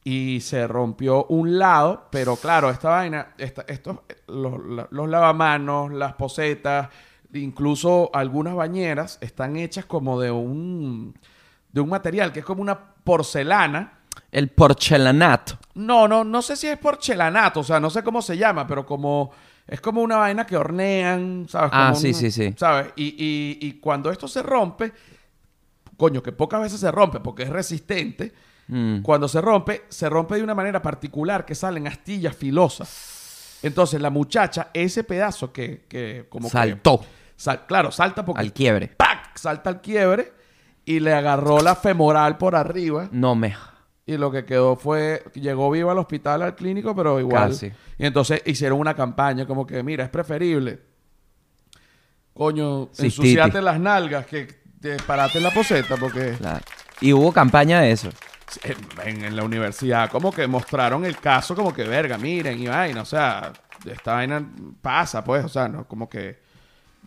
S1: Y se rompió un lado, pero claro, esta vaina, esta- estos, los, la- los lavamanos, las posetas, incluso algunas bañeras están hechas como de un, de un material que es como una porcelana.
S2: El porcelanato.
S1: No, no, no sé si es porcelanato, o sea, no sé cómo se llama, pero como es como una vaina que hornean, ¿sabes?
S2: Ah,
S1: Como
S2: sí, sí, sí.
S1: ¿Sabes? Y, y- y cuando esto se rompe, coño, que pocas veces se rompe porque es resistente,
S2: Mm.
S1: cuando se rompe, se rompe de una manera particular que salen astillas filosas. Entonces, la muchacha, ese pedazo que, que como que-
S2: Saltó
S1: sal- claro, salta porque
S2: al quiebre.
S1: ¡pac! salta al quiebre y le agarró la femoral por arriba.
S2: No me...
S1: Y lo que quedó fue, llegó viva al hospital, al clínico, pero igual.
S2: Casi.
S1: Y entonces hicieron una campaña como que, mira, es preferible. Coño,
S2: Cistitis.
S1: ensuciate las nalgas que te parate en la poseta porque
S2: Claro. Y hubo campaña de eso.
S1: en, en la universidad como que mostraron el caso como que, verga, miren y vaina, o sea, esta vaina pasa, pues, o sea, no, como que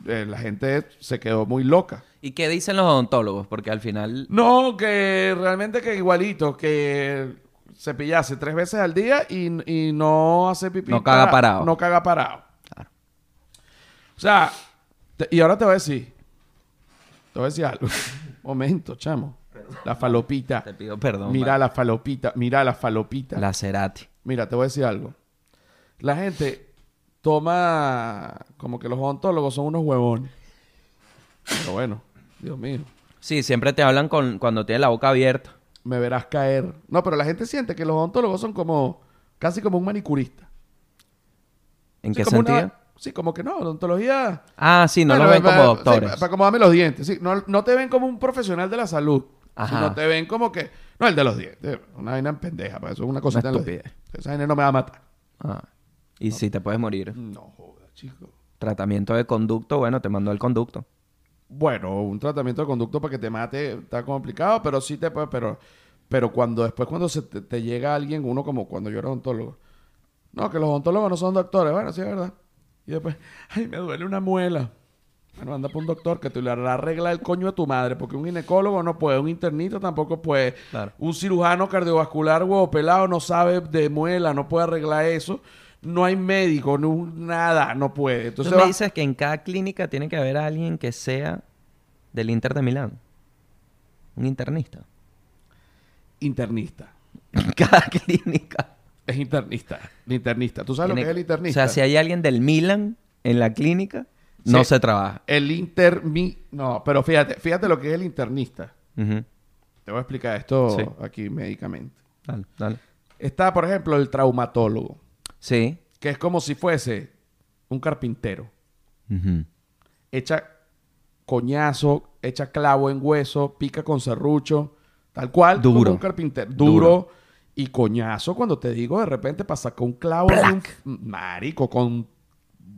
S1: eh, la gente se quedó muy loca.
S2: ¿Y qué dicen los odontólogos? Porque al final...
S1: No, que realmente que igualito, que cepillarse tres veces al día y, y no hace pipí.
S2: No caga parado.
S1: No caga parado. O sea, te- y ahora te voy a decir, te voy a decir algo. Momento, chamo. La falopita.
S2: Te pido perdón.
S1: Mira
S2: vale.
S1: la falopita, mira la falopita.
S2: la cerati.
S1: Mira, te voy a decir algo. La gente toma como que los odontólogos son unos huevones. Pero bueno, Dios mío.
S2: Sí, siempre te hablan con, cuando tienes la boca abierta.
S1: me verás caer. No, pero la gente siente que los ontólogos son como casi como un manicurista.
S2: ¿En
S1: Sí,
S2: qué
S1: como una-
S2: sentido?
S1: sí, como que no, odontología.
S2: Ah, sí, no
S1: Bueno,
S2: lo ven
S1: pa-
S2: como
S1: sí,
S2: doctores.
S1: pa- para acomodarme los dientes. Sí, no, no te ven como un profesional de la salud.
S2: Ajá.
S1: No te ven como que. No, el de los dientes. Una vaina pendeja, para eso es una cosita. en los
S2: estupidez.
S1: dientes. Esa vaina no me va a matar.
S2: Ah, Y si te puedes morir.
S1: No joda, chico.
S2: Tratamiento de conducto, bueno, te mandó el conducto.
S1: Bueno, un tratamiento de conducto para que te mate está complicado, pero sí te puede. Pero, pero cuando después, cuando se te, te llega alguien, uno como cuando yo era odontólogo. No, que los odontólogos no son doctores. Bueno, sí, es verdad. Y después, ay, me duele una muela. Bueno, anda por un doctor que te le arregla el coño a tu madre, porque un ginecólogo no puede, un internista tampoco puede,
S2: Claro.
S1: un cirujano cardiovascular huevo pelado no sabe de muela, no puede arreglar eso, no hay médico, no, nada, no puede.
S2: Tú
S1: Entonces
S2: me
S1: va-
S2: dices que en cada clínica tiene que haber alguien que sea del Inter de Milán. Un internista.
S1: internista.
S2: En cada clínica.
S1: Es internista. El internista. ¿Tú sabes lo
S2: Tiene-
S1: que es el internista?
S2: O sea, si hay alguien del Milan en la clínica, no
S1: Sí.
S2: se trabaja.
S1: El intermi... No, pero fíjate, fíjate lo que es el internista.
S2: Ujú.
S1: Te voy a explicar esto
S2: Sí.
S1: aquí médicamente.
S2: Dale, dale.
S1: Está, por ejemplo, el traumatólogo,
S2: Sí.
S1: que es como si fuese un carpintero.
S2: Ujú.
S1: Echa coñazo, echa clavo en hueso, pica con serrucho, tal cual como
S2: Duro.
S1: un carpintero. Duro.
S2: Duro.
S1: Y coñazo, cuando te digo de repente para sacar un clavo de un
S2: Plac.
S1: marico con...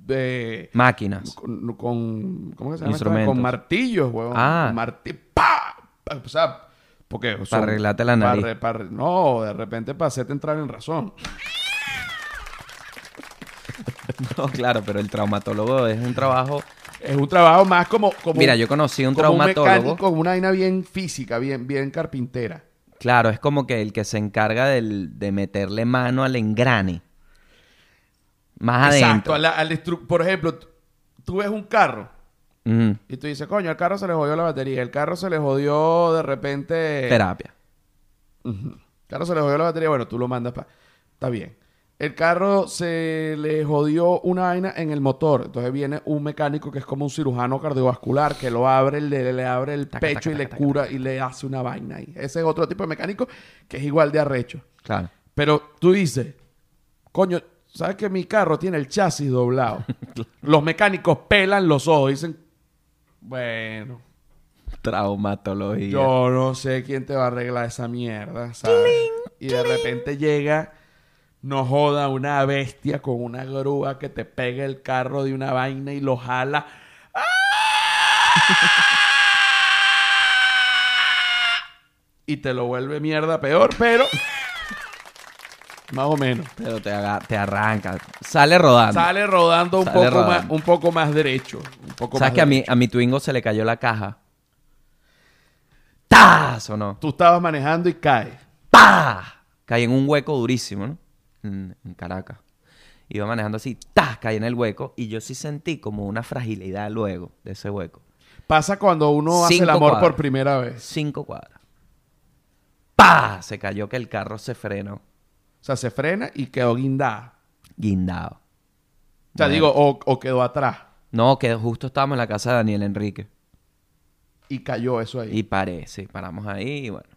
S1: eh,
S2: Máquinas.
S1: con, con- ¿cómo que se llama? esta?
S2: Instrumentos.
S1: Con martillos, huevón.
S2: Ah.
S1: Con marti- ¡Pa! Pa- O sea, porque son-
S2: arreglarte la nariz.
S1: pa' re- pa' re- no, de repente para hacerte entrar en razón.
S2: No, claro, pero el traumatólogo es un trabajo.
S1: Es un trabajo más como, como
S2: Mira, yo conocí un
S1: como
S2: traumatólogo.
S1: mecánico, una vaina bien física, bien bien carpintera.
S2: Claro, es como que el que se encarga del- de meterle mano al engrane. Más
S1: Exacto,
S2: adentro.
S1: a la- al estru- por ejemplo, tú- tú ves un carro
S2: Ujú.
S1: y tú dices, "Coño, al carro se le jodió la batería, el carro se le jodió de repente
S2: Terapia.
S1: Ujú. Carro se le jodió la batería, bueno, tú lo mandas para... Está bien. El carro se le jodió una vaina en el motor. Entonces viene un mecánico que es como un cirujano cardiovascular que lo abre, le, le abre el
S2: Taca,
S1: pecho
S2: taca,
S1: y le
S2: taca,
S1: cura y le hace una vaina ahí. Ese es otro tipo de mecánico que es igual de arrecho.
S2: Claro.
S1: Pero tú dices, coño, ¿sabes que mi carro tiene el chasis doblado? los mecánicos pelan los ojos, dicen, bueno,
S2: Traumatología.
S1: yo no sé quién te va a arreglar esa mierda, ¿sabes? y de repente llega, no joda, una bestia con una grúa que te pega el carro de una vaina y lo jala. ¡Ah! y te lo vuelve mierda peor, pero más o menos.
S2: Pero te, aga- te arranca. Sale rodando.
S1: Sale rodando un
S2: Sale
S1: poco
S2: rodando.
S1: más, un poco más derecho. Un poco
S2: ¿Sabes
S1: más
S2: que a
S1: derecho.
S2: mi, a mi Twingo se le cayó la caja? ¡Tas! ¿O no?
S1: Tú estabas manejando y caes.
S2: ¡Pah! Caí en un hueco durísimo, ¿no? En, en Caracas. Iba manejando así, ¡tas! Caí en el hueco y yo sí sentí como una fragilidad luego de ese hueco.
S1: Pasa cuando uno hace el
S2: Cinco
S1: amor por
S2: cuadras.
S1: primera vez.
S2: Cinco cuadras. ¡Pah! Se cayó que el carro se frenó.
S1: O sea, se frena y quedó guindada.
S2: Guindado.
S1: O sea,
S2: Bueno.
S1: digo, o, o quedó atrás
S2: No, que justo estábamos en la casa de Daniel Enrique.
S1: y cayó eso ahí.
S2: Y paré, sí, paramos ahí y bueno.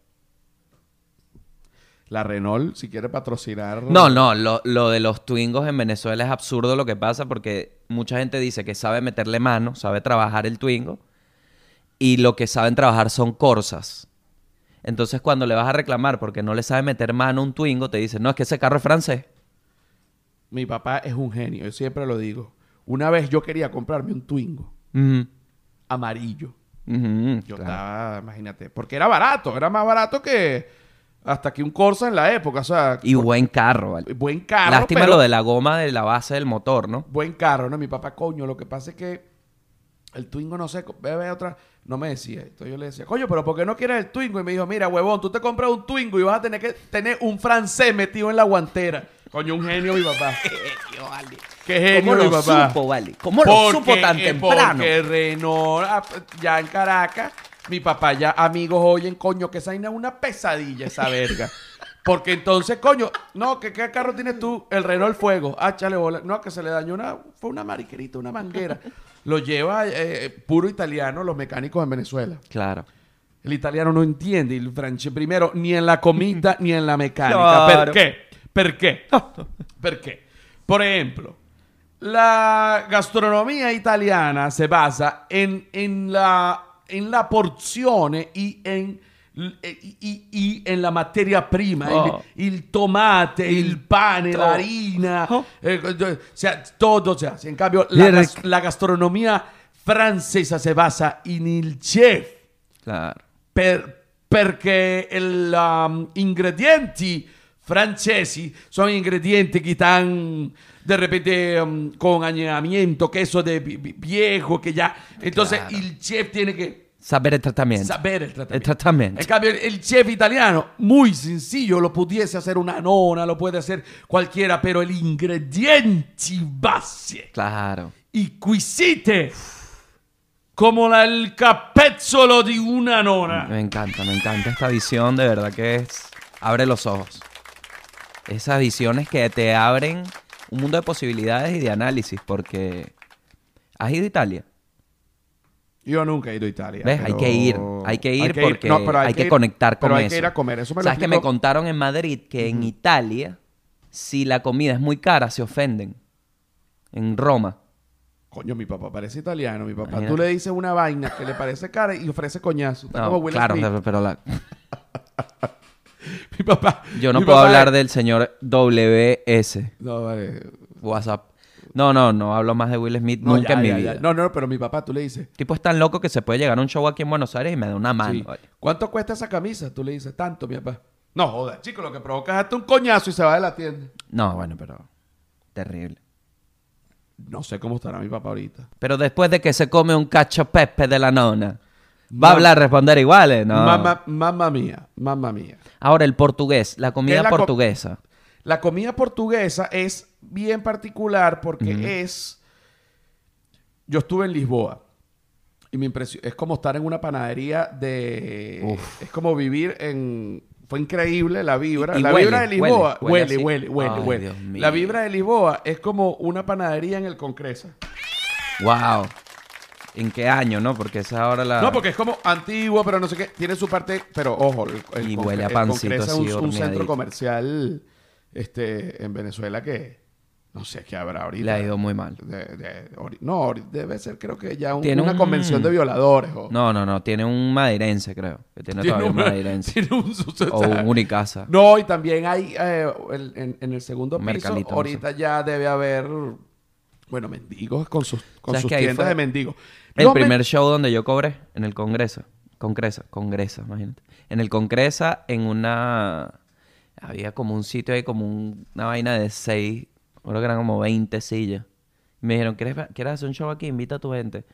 S1: La Renault, si quiere patrocinar.
S2: No, no, lo, lo de los twingos en Venezuela es absurdo lo que pasa porque mucha gente dice que sabe meterle mano, sabe trabajar el twingo y lo que saben trabajar son corsas. Entonces cuando le vas a reclamar porque no le sabe meter mano a un twingo, te dicen, no, es que ese carro es francés.
S1: Mi papá es un genio, yo siempre lo digo. Una vez yo quería comprarme un Twingo
S2: Ujú,
S1: amarillo.
S2: ujú,
S1: Yo
S2: claro.
S1: estaba, imagínate, porque era barato, era más barato que hasta que un Corsa en la época, o sea,
S2: Y buen carro, ¿vale?
S1: buen carro.
S2: Lástima
S1: pero-
S2: lo de la goma de la base del motor, ¿no?
S1: buen carro, ¿no? Mi papá, coño, lo que pasa es que el Twingo no sé, bebe otra, no me decía. Entonces yo le decía, coño, pero ¿por qué no quieres el Twingo? Y me dijo, mira, huevón, tú te compras un Twingo y vas a tener que tener un francés metido en la guantera. Coño, un genio mi papá. Qué genio,
S2: ¿Cómo
S1: mi
S2: lo
S1: Eh, papá.
S2: supo, vale? ¿Cómo lo supo tan
S1: eh,
S2: temprano?
S1: Porque Renault, ah, ya en Caracas, mi papá ya, amigos, oyen, coño, que esa vaina es una pesadilla esa verga. Porque entonces, coño, no, que qué carro tienes tú? El Renault Fuego. Ah, chale, bola. No, que se le dañó una, fue una mariquerita, eh, una manguera. Lo lleva eh, puro italiano los mecánicos en Venezuela.
S2: Claro.
S1: El italiano no entiende il francese primero ni en la comida ni en la mecánica.
S2: Claro.
S1: Perché? Perché? Perché? Por ejemplo, la gastronomía italiana se basa en, en la, en la porzione y en, y- y- y en la materia prima,
S2: Oh.
S1: el, el tomate, el pan,
S2: to-
S1: la harina,
S2: Oh.
S1: eh, o sea, todo. O sea, en cambio, la,
S2: Mira,
S1: gas- la gastronomía francesa se basa en el chef.
S2: Claro.
S1: per- perché il, um, ingredienti francesi sono ingredienti che tan de repente um, con añadimiento queso de vi- vi- viejo que ya entonces
S2: Claro.
S1: il chef tiene que
S2: Saber el tratamiento.
S1: saber el tratamiento
S2: El tratamiento.
S1: en cambio el, el chef italiano muy sencillo lo pudiese hacer una nona lo puede hacer cualquiera pero el ingrediente base
S2: Claro.
S1: y cuisite como la- el capezzolo di una nona
S2: Me encanta, me encanta esta visión, de verdad que es. Abre los ojos. Esas visiones que te abren un mundo de posibilidades y de análisis, porque. ¿Has ido a Italia?
S1: Yo nunca he ido a Italia.
S2: ¿Ves? Hay
S1: pero-
S2: que ir, hay que ir porque
S1: No, pero
S2: hay, que,
S1: ir-
S2: conectar con
S1: pero
S2: eso.
S1: hay que ir a comer. Eso me lo
S2: ¿Sabes que me
S1: explicó-
S2: contaron en Madrid que en Italia, si la comida es muy cara, se ofenden? En Roma.
S1: Coño, mi papá parece italiano. Mi papá, tú
S2: Imagínate.
S1: le dices una vaina que le parece cara y ofrece coñazo. Está
S2: No,
S1: como Will
S2: claro,
S1: Smith.
S2: pero- pero la-
S1: Mi papá.
S2: yo no
S1: mi
S2: puedo
S1: papá
S2: hablar
S1: es-
S2: del señor WS,
S1: No, vale.
S2: WhatsApp. No, no, no hablo más de Will Smith
S1: No,
S2: nunca
S1: ya,
S2: en mi
S1: ya,
S2: vida.
S1: ya. No, no, pero mi papá, tú le dices.
S2: El tipo es tan loco que se puede llegar a un show aquí en Buenos Aires y me da una mano.
S1: sí,
S2: vale.
S1: ¿Cuánto cuesta esa camisa? Tú le dices, tanto, mi papá. No, joda, chico, lo que provoca es darte un coñazo y se va de la tienda.
S2: No, bueno, pero terrible.
S1: No sé cómo estará mi papá ahorita.
S2: Pero después de que se come un cacho pepe de la nona, va
S1: Mam-
S2: a hablar, responder iguales, ¿no?
S1: Mamá, mamá mía, mamá mía.
S2: Ahora, el portugués, la comida
S1: Es la co-
S2: portuguesa.
S1: La comida portuguesa es bien particular porque es. Yo estuve en Lisboa y me impresionó. Es como estar en una panadería de. Es como vivir en. Fue increíble la vibra.
S2: Y- y
S1: la
S2: huele,
S1: vibra de Lisboa.
S2: huele, huele
S1: Huele,
S2: así.
S1: huele, huele,
S2: Ay,
S1: huele.
S2: Dios mío.
S1: La vibra de Lisboa es como una panadería en el Concresa.
S2: ¡Wow! ¿En qué año, no? Porque esa ahora la.
S1: No, porque es como antiguo, pero no sé qué. Tiene su parte, pero ojo, el, el
S2: Y
S1: Concre-
S2: huele a
S1: el
S2: pancito
S1: Concresa es
S2: así,
S1: un, un centro
S2: horneadito.
S1: comercial este, en Venezuela que no sé qué habrá ahorita.
S2: Le ha ido muy mal.
S1: De- de- ori- no, ori- debe ser creo que ya un-
S2: Tiene
S1: una
S2: un-
S1: convención de violadores. O,
S2: No, no, no. Tiene un madirense, creo. Que tiene, todavía un
S1: una-
S2: madirense.
S1: tiene un suceso.
S2: O un unicasa.
S1: No, y también hay eh, el- en, en el segundo
S2: Un
S1: piso,
S2: mercadito, no
S1: ahorita ya debe haber, bueno, mendigos con sus, con
S2: ¿Sabes
S1: sus
S2: que ahí
S1: tiendas
S2: fue
S1: de mendigos.
S2: El
S1: Los men-
S2: primer show donde yo cobré, en el Congreso. Congresa, Congresa, imagínate. En el Congresa, en una. Había como un sitio ahí, como un- una vaina de seis. Creo que eran como 20 sillas. Y me dijeron, ¿quieres, ¿quieres hacer un show aquí? Invita a tu gente.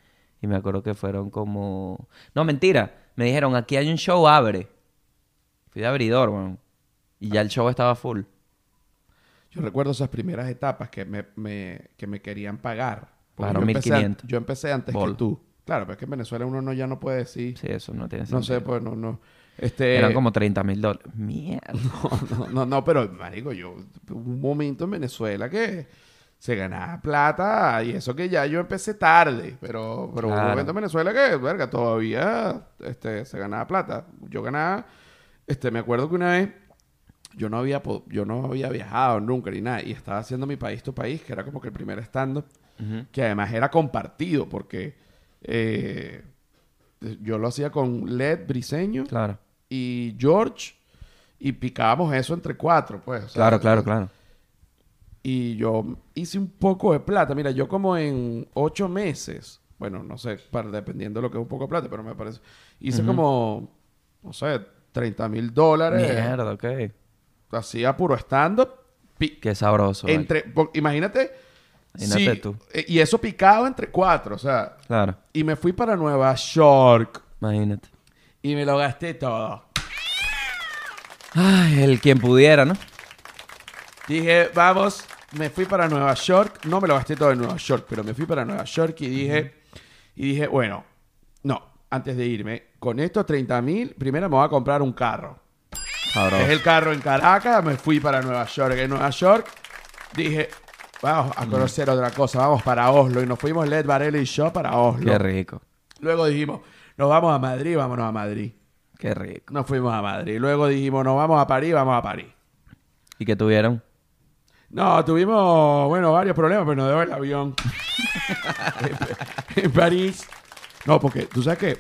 S2: Y me acuerdo que fueron como. No, mentira. Me dijeron, aquí hay un show, abre. Fui de abridor, weón. Y ya el show estaba full.
S1: Yo recuerdo esas primeras etapas que me, me- que me querían pagar. Porque
S2: Claro,
S1: yo empecé an-
S2: 1500.
S1: yo empecé antes
S2: Bol.
S1: que tú. Claro, pero es que en Venezuela uno no, ya no puede decir,
S2: Sí, eso no tiene sentido.
S1: no sé, pues no, no. Este,
S2: Eran como 30 mil dólares. Mierda.
S1: No, no, no, pero marico, yo tuve un momento en Venezuela que se ganaba plata y eso que ya yo empecé tarde, pero, pero hubo un
S2: Claro.
S1: momento en Venezuela que, verga, todavía este, se ganaba plata. Yo ganaba, este, me acuerdo que una vez yo no había po- yo no había viajado nunca ni nada y estaba haciendo mi país tu país, que era como que el primer stand up, que además era compartido porque eh, yo lo hacía con Led Briseño
S2: Claro.
S1: y George y picábamos eso entre cuatro, pues. o sea,
S2: Claro, claro, claro.
S1: Y yo hice un poco de plata. Mira, yo como en ocho meses, bueno, no sé, para, dependiendo de lo que es un poco de plata, pero me parece, hice como, no sé, 30 mil dólares.
S2: Mierda, ok.
S1: Hacía puro stand-up. pi-
S2: Qué sabroso. vale.
S1: Entre, po- imagínate.
S2: Imagínate
S1: si-
S2: tú.
S1: eh, Y eso picado entre cuatro, o sea.
S2: Claro,
S1: Y me fui para Nueva York
S2: imagínate.
S1: y me lo gasté todo.
S2: Ay, el quien pudiera, ¿no?
S1: Dije, vamos, me fui para Nueva York. No me lo gasté todo en Nueva York, pero me fui para Nueva York y dije, y dije, bueno, no, antes de irme, con estos 30 mil, primero me voy a comprar un carro.
S2: Sabroso.
S1: Es el carro en Caracas, me fui para Nueva York. En Nueva York dije, vamos a conocer otra cosa, vamos para Oslo. Y nos fuimos Led Varela y yo para Oslo.
S2: Qué rico.
S1: Luego dijimos, nos vamos a Madrid, vámonos a Madrid.
S2: Qué rico.
S1: Nos fuimos a Madrid. Luego dijimos, no, vamos a París, vamos a París.
S2: ¿Y qué tuvieron?
S1: No, tuvimos, bueno, varios problemas, pero nos dejó el avión. en París. No, porque tú sabes que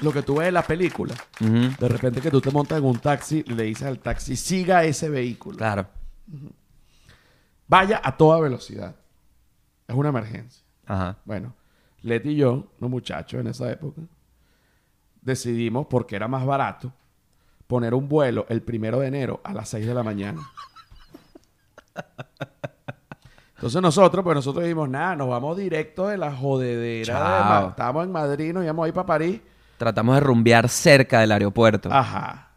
S1: lo que tú ves en las películas,
S2: Ujú.
S1: de repente que tú te montas en un taxi, le dices al taxi, siga ese vehículo.
S2: Claro.
S1: Vaya a toda velocidad. Es una emergencia.
S2: Ajá.
S1: Bueno, Leti y yo, unos muchachos en esa época, decidimos, porque era más barato, poner un vuelo el primero de enero a las 6 de la mañana. Entonces nosotros, pues nosotros dijimos, nada, nos vamos directo de la jodedera. de
S2: Chao.
S1: Ma- Estábamos en Madrid, nos íbamos a ir para París.
S2: Tratamos de rumbear cerca del aeropuerto.
S1: Ah. Ajá.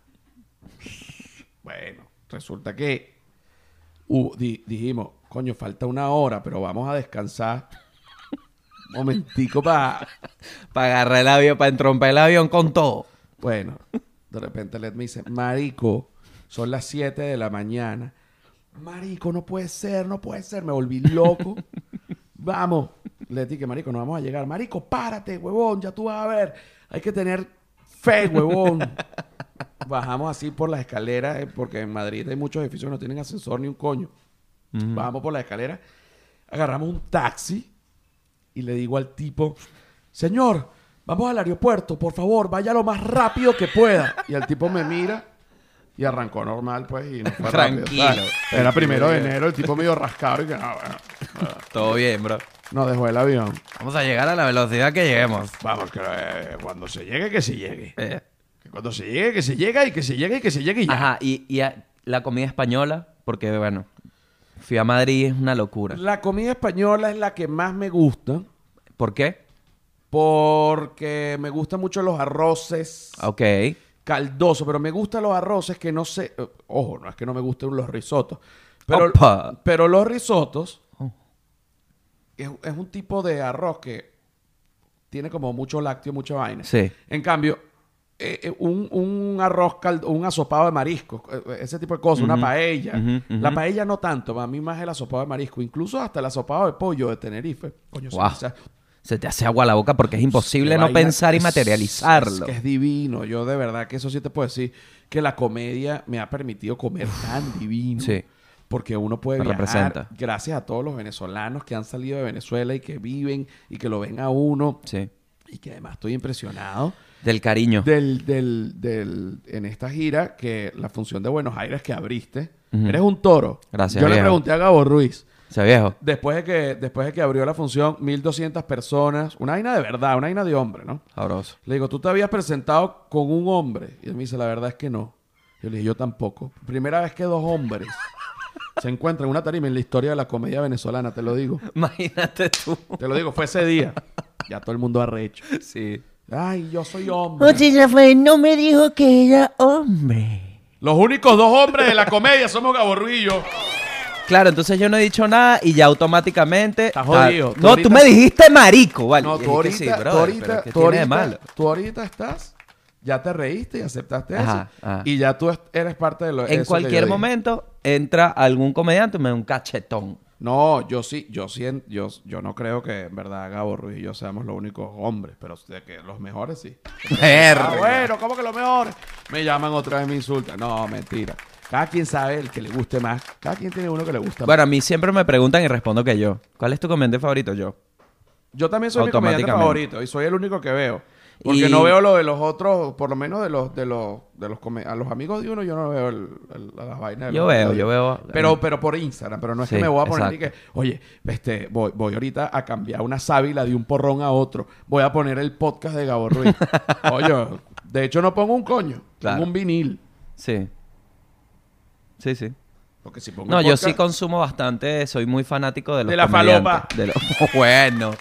S1: Bueno, resulta que hubo- di- dijimos, coño, falta una hora, pero vamos a descansar. Un momentico para
S2: Para agarrar el avión, para entrompar el avión con todo.
S1: Bueno, de repente Led me dice, marico, son las 7 de la mañana. Marico, no puede ser, no puede ser. Me volví loco. Vamos. Led que marico, no vamos a llegar. Marico, párate, huevón, ya tú vas a ver. Hay que tener fe, huevón. Bajamos así por las escaleras, eh, porque en Madrid hay muchos edificios que no tienen ascensor ni un coño. Bajamos por las escaleras, agarramos un taxi y le digo al tipo, señor, vamos al aeropuerto, por favor, vaya lo más rápido que pueda. Y el tipo me mira y arrancó normal, pues, y no fue rápido,
S2: Tranquilo.
S1: ¿sabes? Era primero de enero, el tipo medio rascado y que, ah, bueno.
S2: Todo bien, bro.
S1: No dejó el avión.
S2: Vamos a llegar a la velocidad que lleguemos.
S1: Vamos, que eh, cuando se llegue, que se llegue.
S2: Eh.
S1: Que cuando se llegue, que se llega y que se llegue y que se llegue y ya.
S2: Ajá, y, y a- la comida española, porque bueno, fui a Madrid, es una locura.
S1: La comida española es la que más me gusta
S2: ¿Por qué?
S1: porque me gustan mucho los arroces
S2: Ok.
S1: caldosos, pero me gustan los arroces que no sé, eh, ojo, no es que no me gusten los risotos, pero,
S2: Opa.
S1: pero los risotos
S2: Oh.
S1: es, es un tipo de arroz que tiene como mucho lácteo, mucha vaina.
S2: Sí.
S1: En cambio, eh, eh, un, un arroz, caldo, un asopado de marisco, eh, ese tipo de cosas, una paella.
S2: ujú, ujú.
S1: La paella no tanto, a mí más el asopado de marisco, incluso hasta el asopado de pollo de Tenerife. Coño, se me
S2: Guau.
S1: hace-
S2: Se te hace agua la boca porque es imposible
S1: Qué
S2: no
S1: vaina
S2: pensar y
S1: es-
S2: materializarlo.
S1: Es, que es divino. Yo de verdad que eso sí te puedo decir que la comedia me ha permitido comer tan divino.
S2: Sí.
S1: Porque uno puede
S2: Me
S1: viajar
S2: representa.
S1: gracias a todos los venezolanos que han salido de Venezuela y que viven y que lo ven a uno.
S2: Sí.
S1: Y que además estoy impresionado
S2: Del cariño.
S1: del, del, del, en esta gira que la función de Buenos Aires que abriste.
S2: Ujú.
S1: Eres un toro.
S2: Gracias,
S1: Yo le
S2: viejo.
S1: pregunté a Gabo Ruiz.
S2: Ese viejo.
S1: Después de que, después de que abrió la función, 1200 personas. Una vaina de verdad, una vaina de hombre, ¿no?
S2: Sabroso.
S1: Le digo, ¿tú te habías presentado con un hombre? Y él me dice, la verdad es que no. Yo le dije, yo tampoco. Primera vez que dos hombres se encuentran en una tarima en la historia de la comedia venezolana, te lo digo.
S2: Imagínate tú.
S1: Te lo digo, fue ese día. Ya todo el mundo arrecho.
S2: Sí.
S1: Ay, yo soy hombre.
S4: José Rafael no me dijo que era hombre.
S1: Los únicos dos hombres de la comedia somos Gabo Ruiz y yo.
S2: Claro, entonces yo no he dicho nada y ya automáticamente.
S1: Estás jodido.
S2: Ah,
S1: Tú
S2: no,
S1: ahorita-
S2: tú me dijiste marico, vale.
S1: No,
S2: Y
S1: tú
S2: es que
S1: ahorita,
S2: sí,
S1: tú
S2: brother, pero
S1: ahorita,
S2: ¿qué
S1: tú
S2: tiene de
S1: ahorita-
S2: malo?
S1: tú ahorita estás, ya te reíste y aceptaste
S2: Ajá,
S1: eso.
S2: ajá.
S1: Y ya tú es- eres parte de lo eso que
S2: En
S1: yo
S2: cualquier
S1: dije.
S2: momento entra algún comediante y me da un cachetón.
S1: No, yo sí, yo sí, en- yo, yo no creo que en verdad Gabo Ruiz y yo seamos los únicos hombres, pero de que los mejores sí.
S2: Verga.
S1: Ah, bueno, ¿cómo que los mejores? Me llaman otra vez, me insultan. No, mentira. Cada quien sabe el que le guste más. Cada quien tiene uno que le gusta más.
S2: Bueno, a mí siempre me preguntan y respondo que yo. ¿Cuál es tu comediante favorito? Yo.
S1: Yo también soy mi comediante
S2: Automáticamente.
S1: favorito y soy el único que veo. Porque
S2: Y-
S1: no veo lo de los otros, por lo menos de los de los de los come- a los amigos de uno yo no veo el- el- las vainas. de
S2: Yo
S1: los
S2: veo,
S1: otros.
S2: yo veo. eh,
S1: Pero pero por Instagram, pero no es que
S2: Sí,
S1: me voy a poner ni que,
S2: exacto.
S1: oye, este voy, voy ahorita a cambiar una sábila de un porrón a otro. Voy a poner el podcast de Gabo Ruiz. oye, de hecho no pongo un coño,
S2: Claro.
S1: pongo un vinil.
S2: Sí. Sí, sí.
S1: Porque si pongo
S2: No,
S1: el
S2: yo
S1: podcast-
S2: sí consumo bastante, soy muy fanático de los
S1: De la
S2: comediantes,
S1: falopa.
S2: de los- bueno.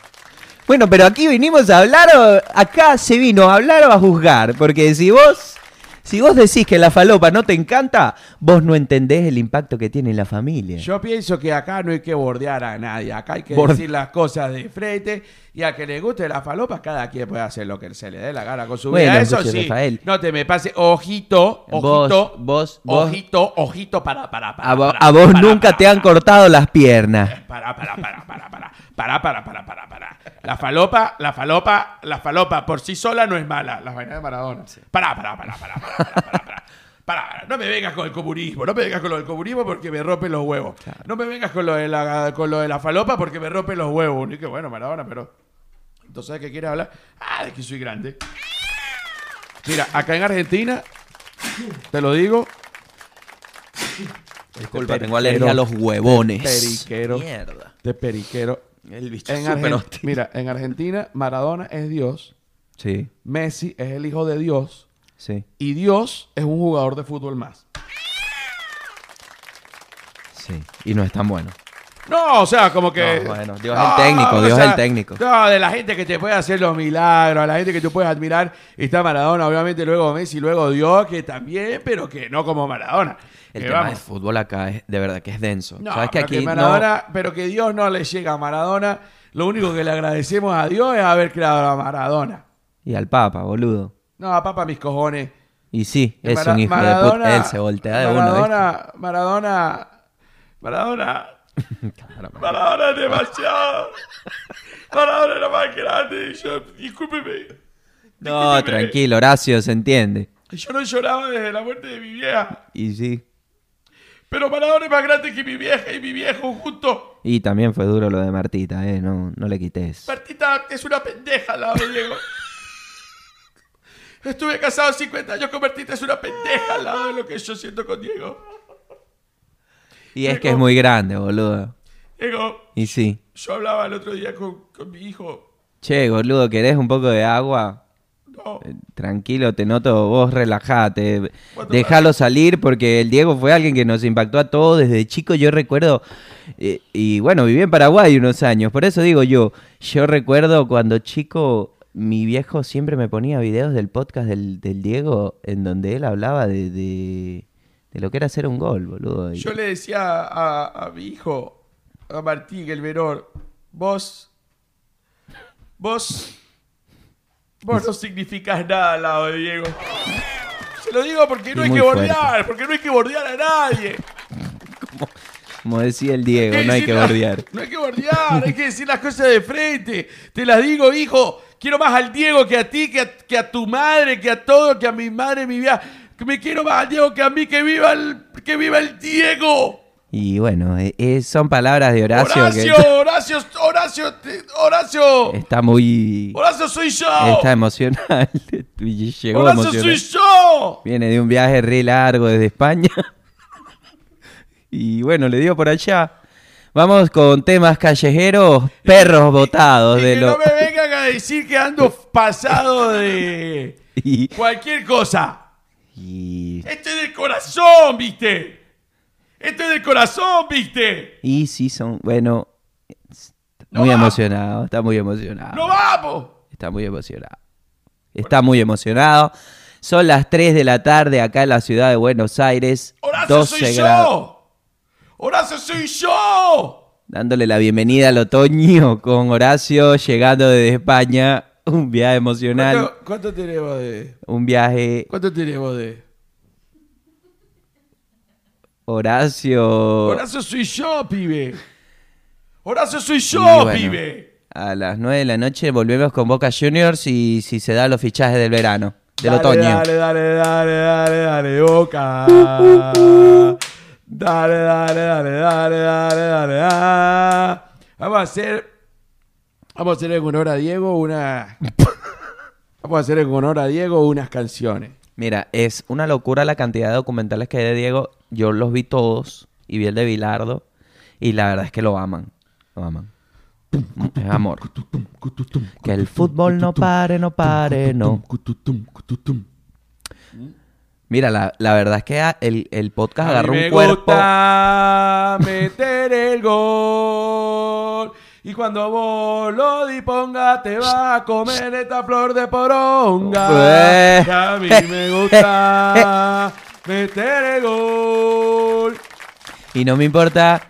S4: Bueno, pero aquí vinimos a hablar, o- acá se vino a hablar o a juzgar, porque si vos
S2: Si vos decís que la falopa no te encanta, vos no entendés el impacto que tiene en la familia.
S1: Yo pienso que acá no hay que bordear a nadie. Acá hay que
S2: Borde-
S1: decir las cosas de frente. Y a que le guste la falopa, cada quien puede hacer lo que se le dé la gana con su
S2: Bueno,
S1: vida. Eso
S2: escuche,
S1: sí.
S2: Rafael.
S1: No te me pase. Ojito,
S2: Vos,
S1: ojito,
S2: vos, vos-
S1: ojito, ojito para, para, para.
S2: a, vo-
S1: para,
S2: a vos
S1: para,
S2: nunca
S1: para,
S2: te
S1: para.
S2: han cortado las piernas.
S1: Para, para, para, para, para, para, para, para, para, para. La falopa, la falopa, la falopa por sí sola no es mala. Las vainas de Maradona. Para, para, para, para, para, para, para, para. Para, para. no me vengas con el comunismo, no me vengas con lo del comunismo porque me rompe los huevos. No me vengas con lo de la, con lo de la falopa porque me rompe los huevos. Y que bueno, Maradona, pero... Entonces, ¿de qué quieres hablar? Ah, de que soy grande. Mira, acá en Argentina, te lo digo,
S2: Disculpa,
S1: periquero.
S2: tengo alergia a los huevones.
S1: periquero.
S2: Mierda.
S1: de periquero,
S2: El bicho es
S1: En
S2: súper
S1: Argen-
S2: hostil.
S1: Mira, en Argentina Maradona es Dios,
S2: Sí,
S1: Messi es el hijo de Dios
S2: sí,
S1: y Dios es un jugador de fútbol más.
S2: sí. Y no es tan bueno.
S1: No, o sea, como que...
S2: No, bueno, Dios es el técnico,
S1: o
S2: Dios es el técnico.
S1: No, de la gente que te puede hacer los milagros, a la gente que tú puedes admirar. Y está Maradona, obviamente, luego Messi, luego Dios, que también, pero que no como Maradona.
S2: El
S1: Que
S2: tema
S1: Eh, vamos.
S2: del fútbol acá es de verdad que es denso.
S1: No,
S2: Sabes que
S1: pero
S2: aquí no-
S1: Maradona- pero que Dios no le llega a Maradona. Lo único que le agradecemos a Dios es haber creado a Maradona.
S2: Y al Papa, boludo.
S1: No, papá, mis cojones.
S2: Y sí, es
S1: Mara-
S2: un hijo de puta. Él se voltea de uno.
S1: Maradona, Maradona, Maradona, Maradona es demasiado. Maradona era más grande. y Yo, discúlpeme.
S2: No,
S1: discúlpeme.
S2: tranquilo, Horacio se entiende.
S1: Yo no lloraba desde la muerte de mi vieja.
S2: Y sí.
S1: Pero Maradona es más grande que mi vieja y mi viejo juntos.
S2: Y también fue duro lo de Martita, ¿eh? No, no le quites.
S1: Martita es una pendeja, la amo, Diego. Estuve casado 50 años con Martita, es una pendeja al lado de lo que yo siento con Diego.
S2: Y es que es muy grande, boludo.
S1: Diego,
S2: Y sí.
S1: yo hablaba el otro día con, con mi hijo.
S2: Che, boludo, ¿querés un poco de agua?
S1: No.
S2: Eh, Tranquilo, te noto, vos relajate.
S1: Bueno,
S2: Déjalo salir porque el Diego fue alguien que nos impactó a todos desde chico. Yo recuerdo, eh, y bueno, viví en Paraguay unos años, por eso digo yo, yo recuerdo cuando chico mi viejo siempre me ponía videos del podcast del, del Diego en donde él hablaba de, de- de lo que era hacer un gol, boludo. Y-
S1: Yo le decía a, a mi hijo, a Martín, el menor, vos, vos, vos no significas nada al lado de Diego. Se lo digo porque no
S2: Y
S1: hay
S2: muy
S1: que
S2: fuerte.
S1: bordear, porque no hay que bordear a nadie.
S2: Como decía el Diego,
S1: Hay
S2: no hay
S1: decir
S2: que
S1: la-
S2: bordear.
S1: No hay que bordear, hay que decir las cosas de frente. Te las digo, hijo, quiero más al Diego que a ti, que a, que a tu madre, que a todo, que a mi madre, mi vida. Que me quiero más al Diego que a mí, que viva el, que viva el Diego.
S2: Y bueno, eh, eh, son palabras de Horacio,
S1: Horacio,
S2: que
S1: Horacio, Horacio, te- Horacio,
S2: está muy...
S1: Horacio soy yo.
S2: Está emocional. Llegó
S1: Horacio soy
S2: emocional.
S1: yo.
S2: Viene de un viaje re largo desde España. y bueno, le dio por allá. Vamos con temas callejeros, perros botados
S1: Y
S2: de
S1: que
S2: lo...
S1: no me vengan a decir que ando pasado de
S2: y,
S1: cualquier cosa.
S2: y,
S1: Esto es del corazón, viste. Esto es del corazón, viste.
S2: y sí son... Bueno, es-
S1: No
S2: muy
S1: va.
S2: emocionado, está muy emocionado.
S1: ¡No vamos!
S2: Está muy emocionado. Está muy emocionado. Son las 3 de la tarde acá en la ciudad de Buenos Aires.
S1: ¡Horacio
S2: 12
S1: soy
S2: grados.
S1: yo! ¡Horacio soy yo!
S2: dándole la bienvenida al otoño con Horacio llegando desde España. Un viaje emocional,
S1: tenemos de.?
S2: un viaje
S1: ¿Cuánto tenemos de.?
S2: Horacio
S1: Horacio soy yo, pibe. Horacio soy yo,
S2: Y bueno.
S1: pibe.
S2: a las 9 de la noche. Volvemos con Boca Juniors y si se dan los fichajes del verano, del otoño.
S1: Dale, dale, dale, dale, dale, boca. Dale, dale, dale, dale, dale, dale. ah. Vamos a hacer. Vamos a hacer en honor a Diego una. Vamos a hacer en honor a Diego unas canciones.
S2: Mira, es una locura la cantidad de documentales que hay de Diego. Yo los vi todos y vi el de Bilardo y la verdad es que lo aman. Lo aman. Es amor. Que el fútbol no pare, no pare, no. Mira, la, la verdad es que a- el, el podcast
S1: A mí
S2: agarró
S1: me
S2: un cuerpo.
S1: gusta meter el gol Y cuando vos lo disponga, te va a comer esta flor de poronga.
S2: Eh.
S1: Que a mí me gusta meter el gol.
S2: Y no me importa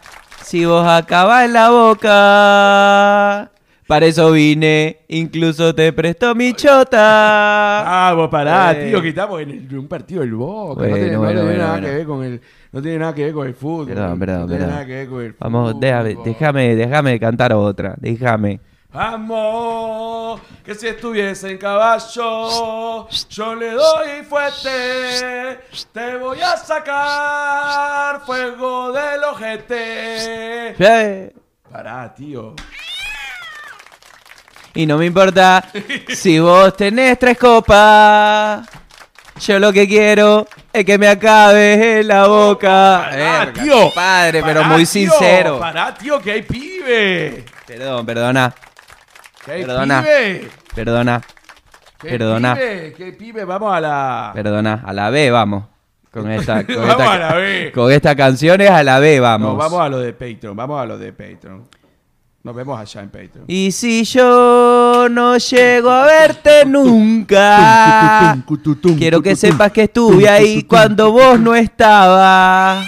S2: si vos acabás en la boca. Para eso vine, incluso te presto mi chota.
S1: Vamos, Ah, pará,
S2: Eh.
S1: tío, que estamos en el- un partido del Boca. no
S2: Bueno,
S1: tiene, no
S2: bueno,
S1: tiene
S2: bueno,
S1: nada
S2: bueno.
S1: que ver con el, no tiene nada que ver con el fútbol.
S2: Perdón,
S1: no
S2: perdón,
S1: tiene
S2: perdón.
S1: nada que ver con el fútbol.
S2: Vamos, déjame, déjame, déjame cantar otra. Déjame.
S1: Vamos, que si estuviese en caballo, yo le doy fuerte. Te voy a sacar fuego del ojete.
S2: Eh.
S1: Pará, tío.
S2: Y no me importa si vos tenés tres copas. Yo lo que quiero es que me acabes en la boca. Eh,
S1: Pará,
S2: Verga,
S1: tío.
S2: Padre, pero
S1: Pará,
S2: muy
S1: tío.
S2: sincero.
S1: Pará, tío, que hay pibe.
S2: Perdón, perdona,
S1: Que hay
S2: Perdona.
S1: pibe.
S2: perdona,
S1: Que hay
S2: Perdona.
S1: pibe, que hay pibe. Vamos a la.
S2: perdona. A la B vamos. Con esta, con
S1: Ah. Vamos
S2: esta-
S1: a la B.
S2: Con estas canciones a la B vamos.
S1: No, vamos a lo de Patreon. Vamos a lo de Patreon. Nos vemos allá en Patreon.
S2: Y si yo no llego a verte nunca, quiero que sepas que estuve ahí cuando vos no estabas,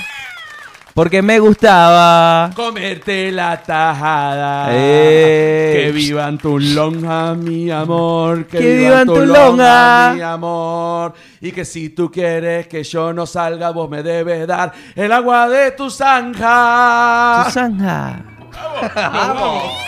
S2: porque me gustaba.
S1: Comerte la tajada.
S2: Eh.
S1: Que vivan tu lonja, mi amor. Que,
S2: Que
S1: vivan,
S2: vivan
S1: tu
S2: tu
S1: lonja,
S2: lonja.
S1: mi amor. Y que si tú quieres que yo no salga, vos me debes dar el agua de tu zanja.
S2: Susana.
S1: Vamos.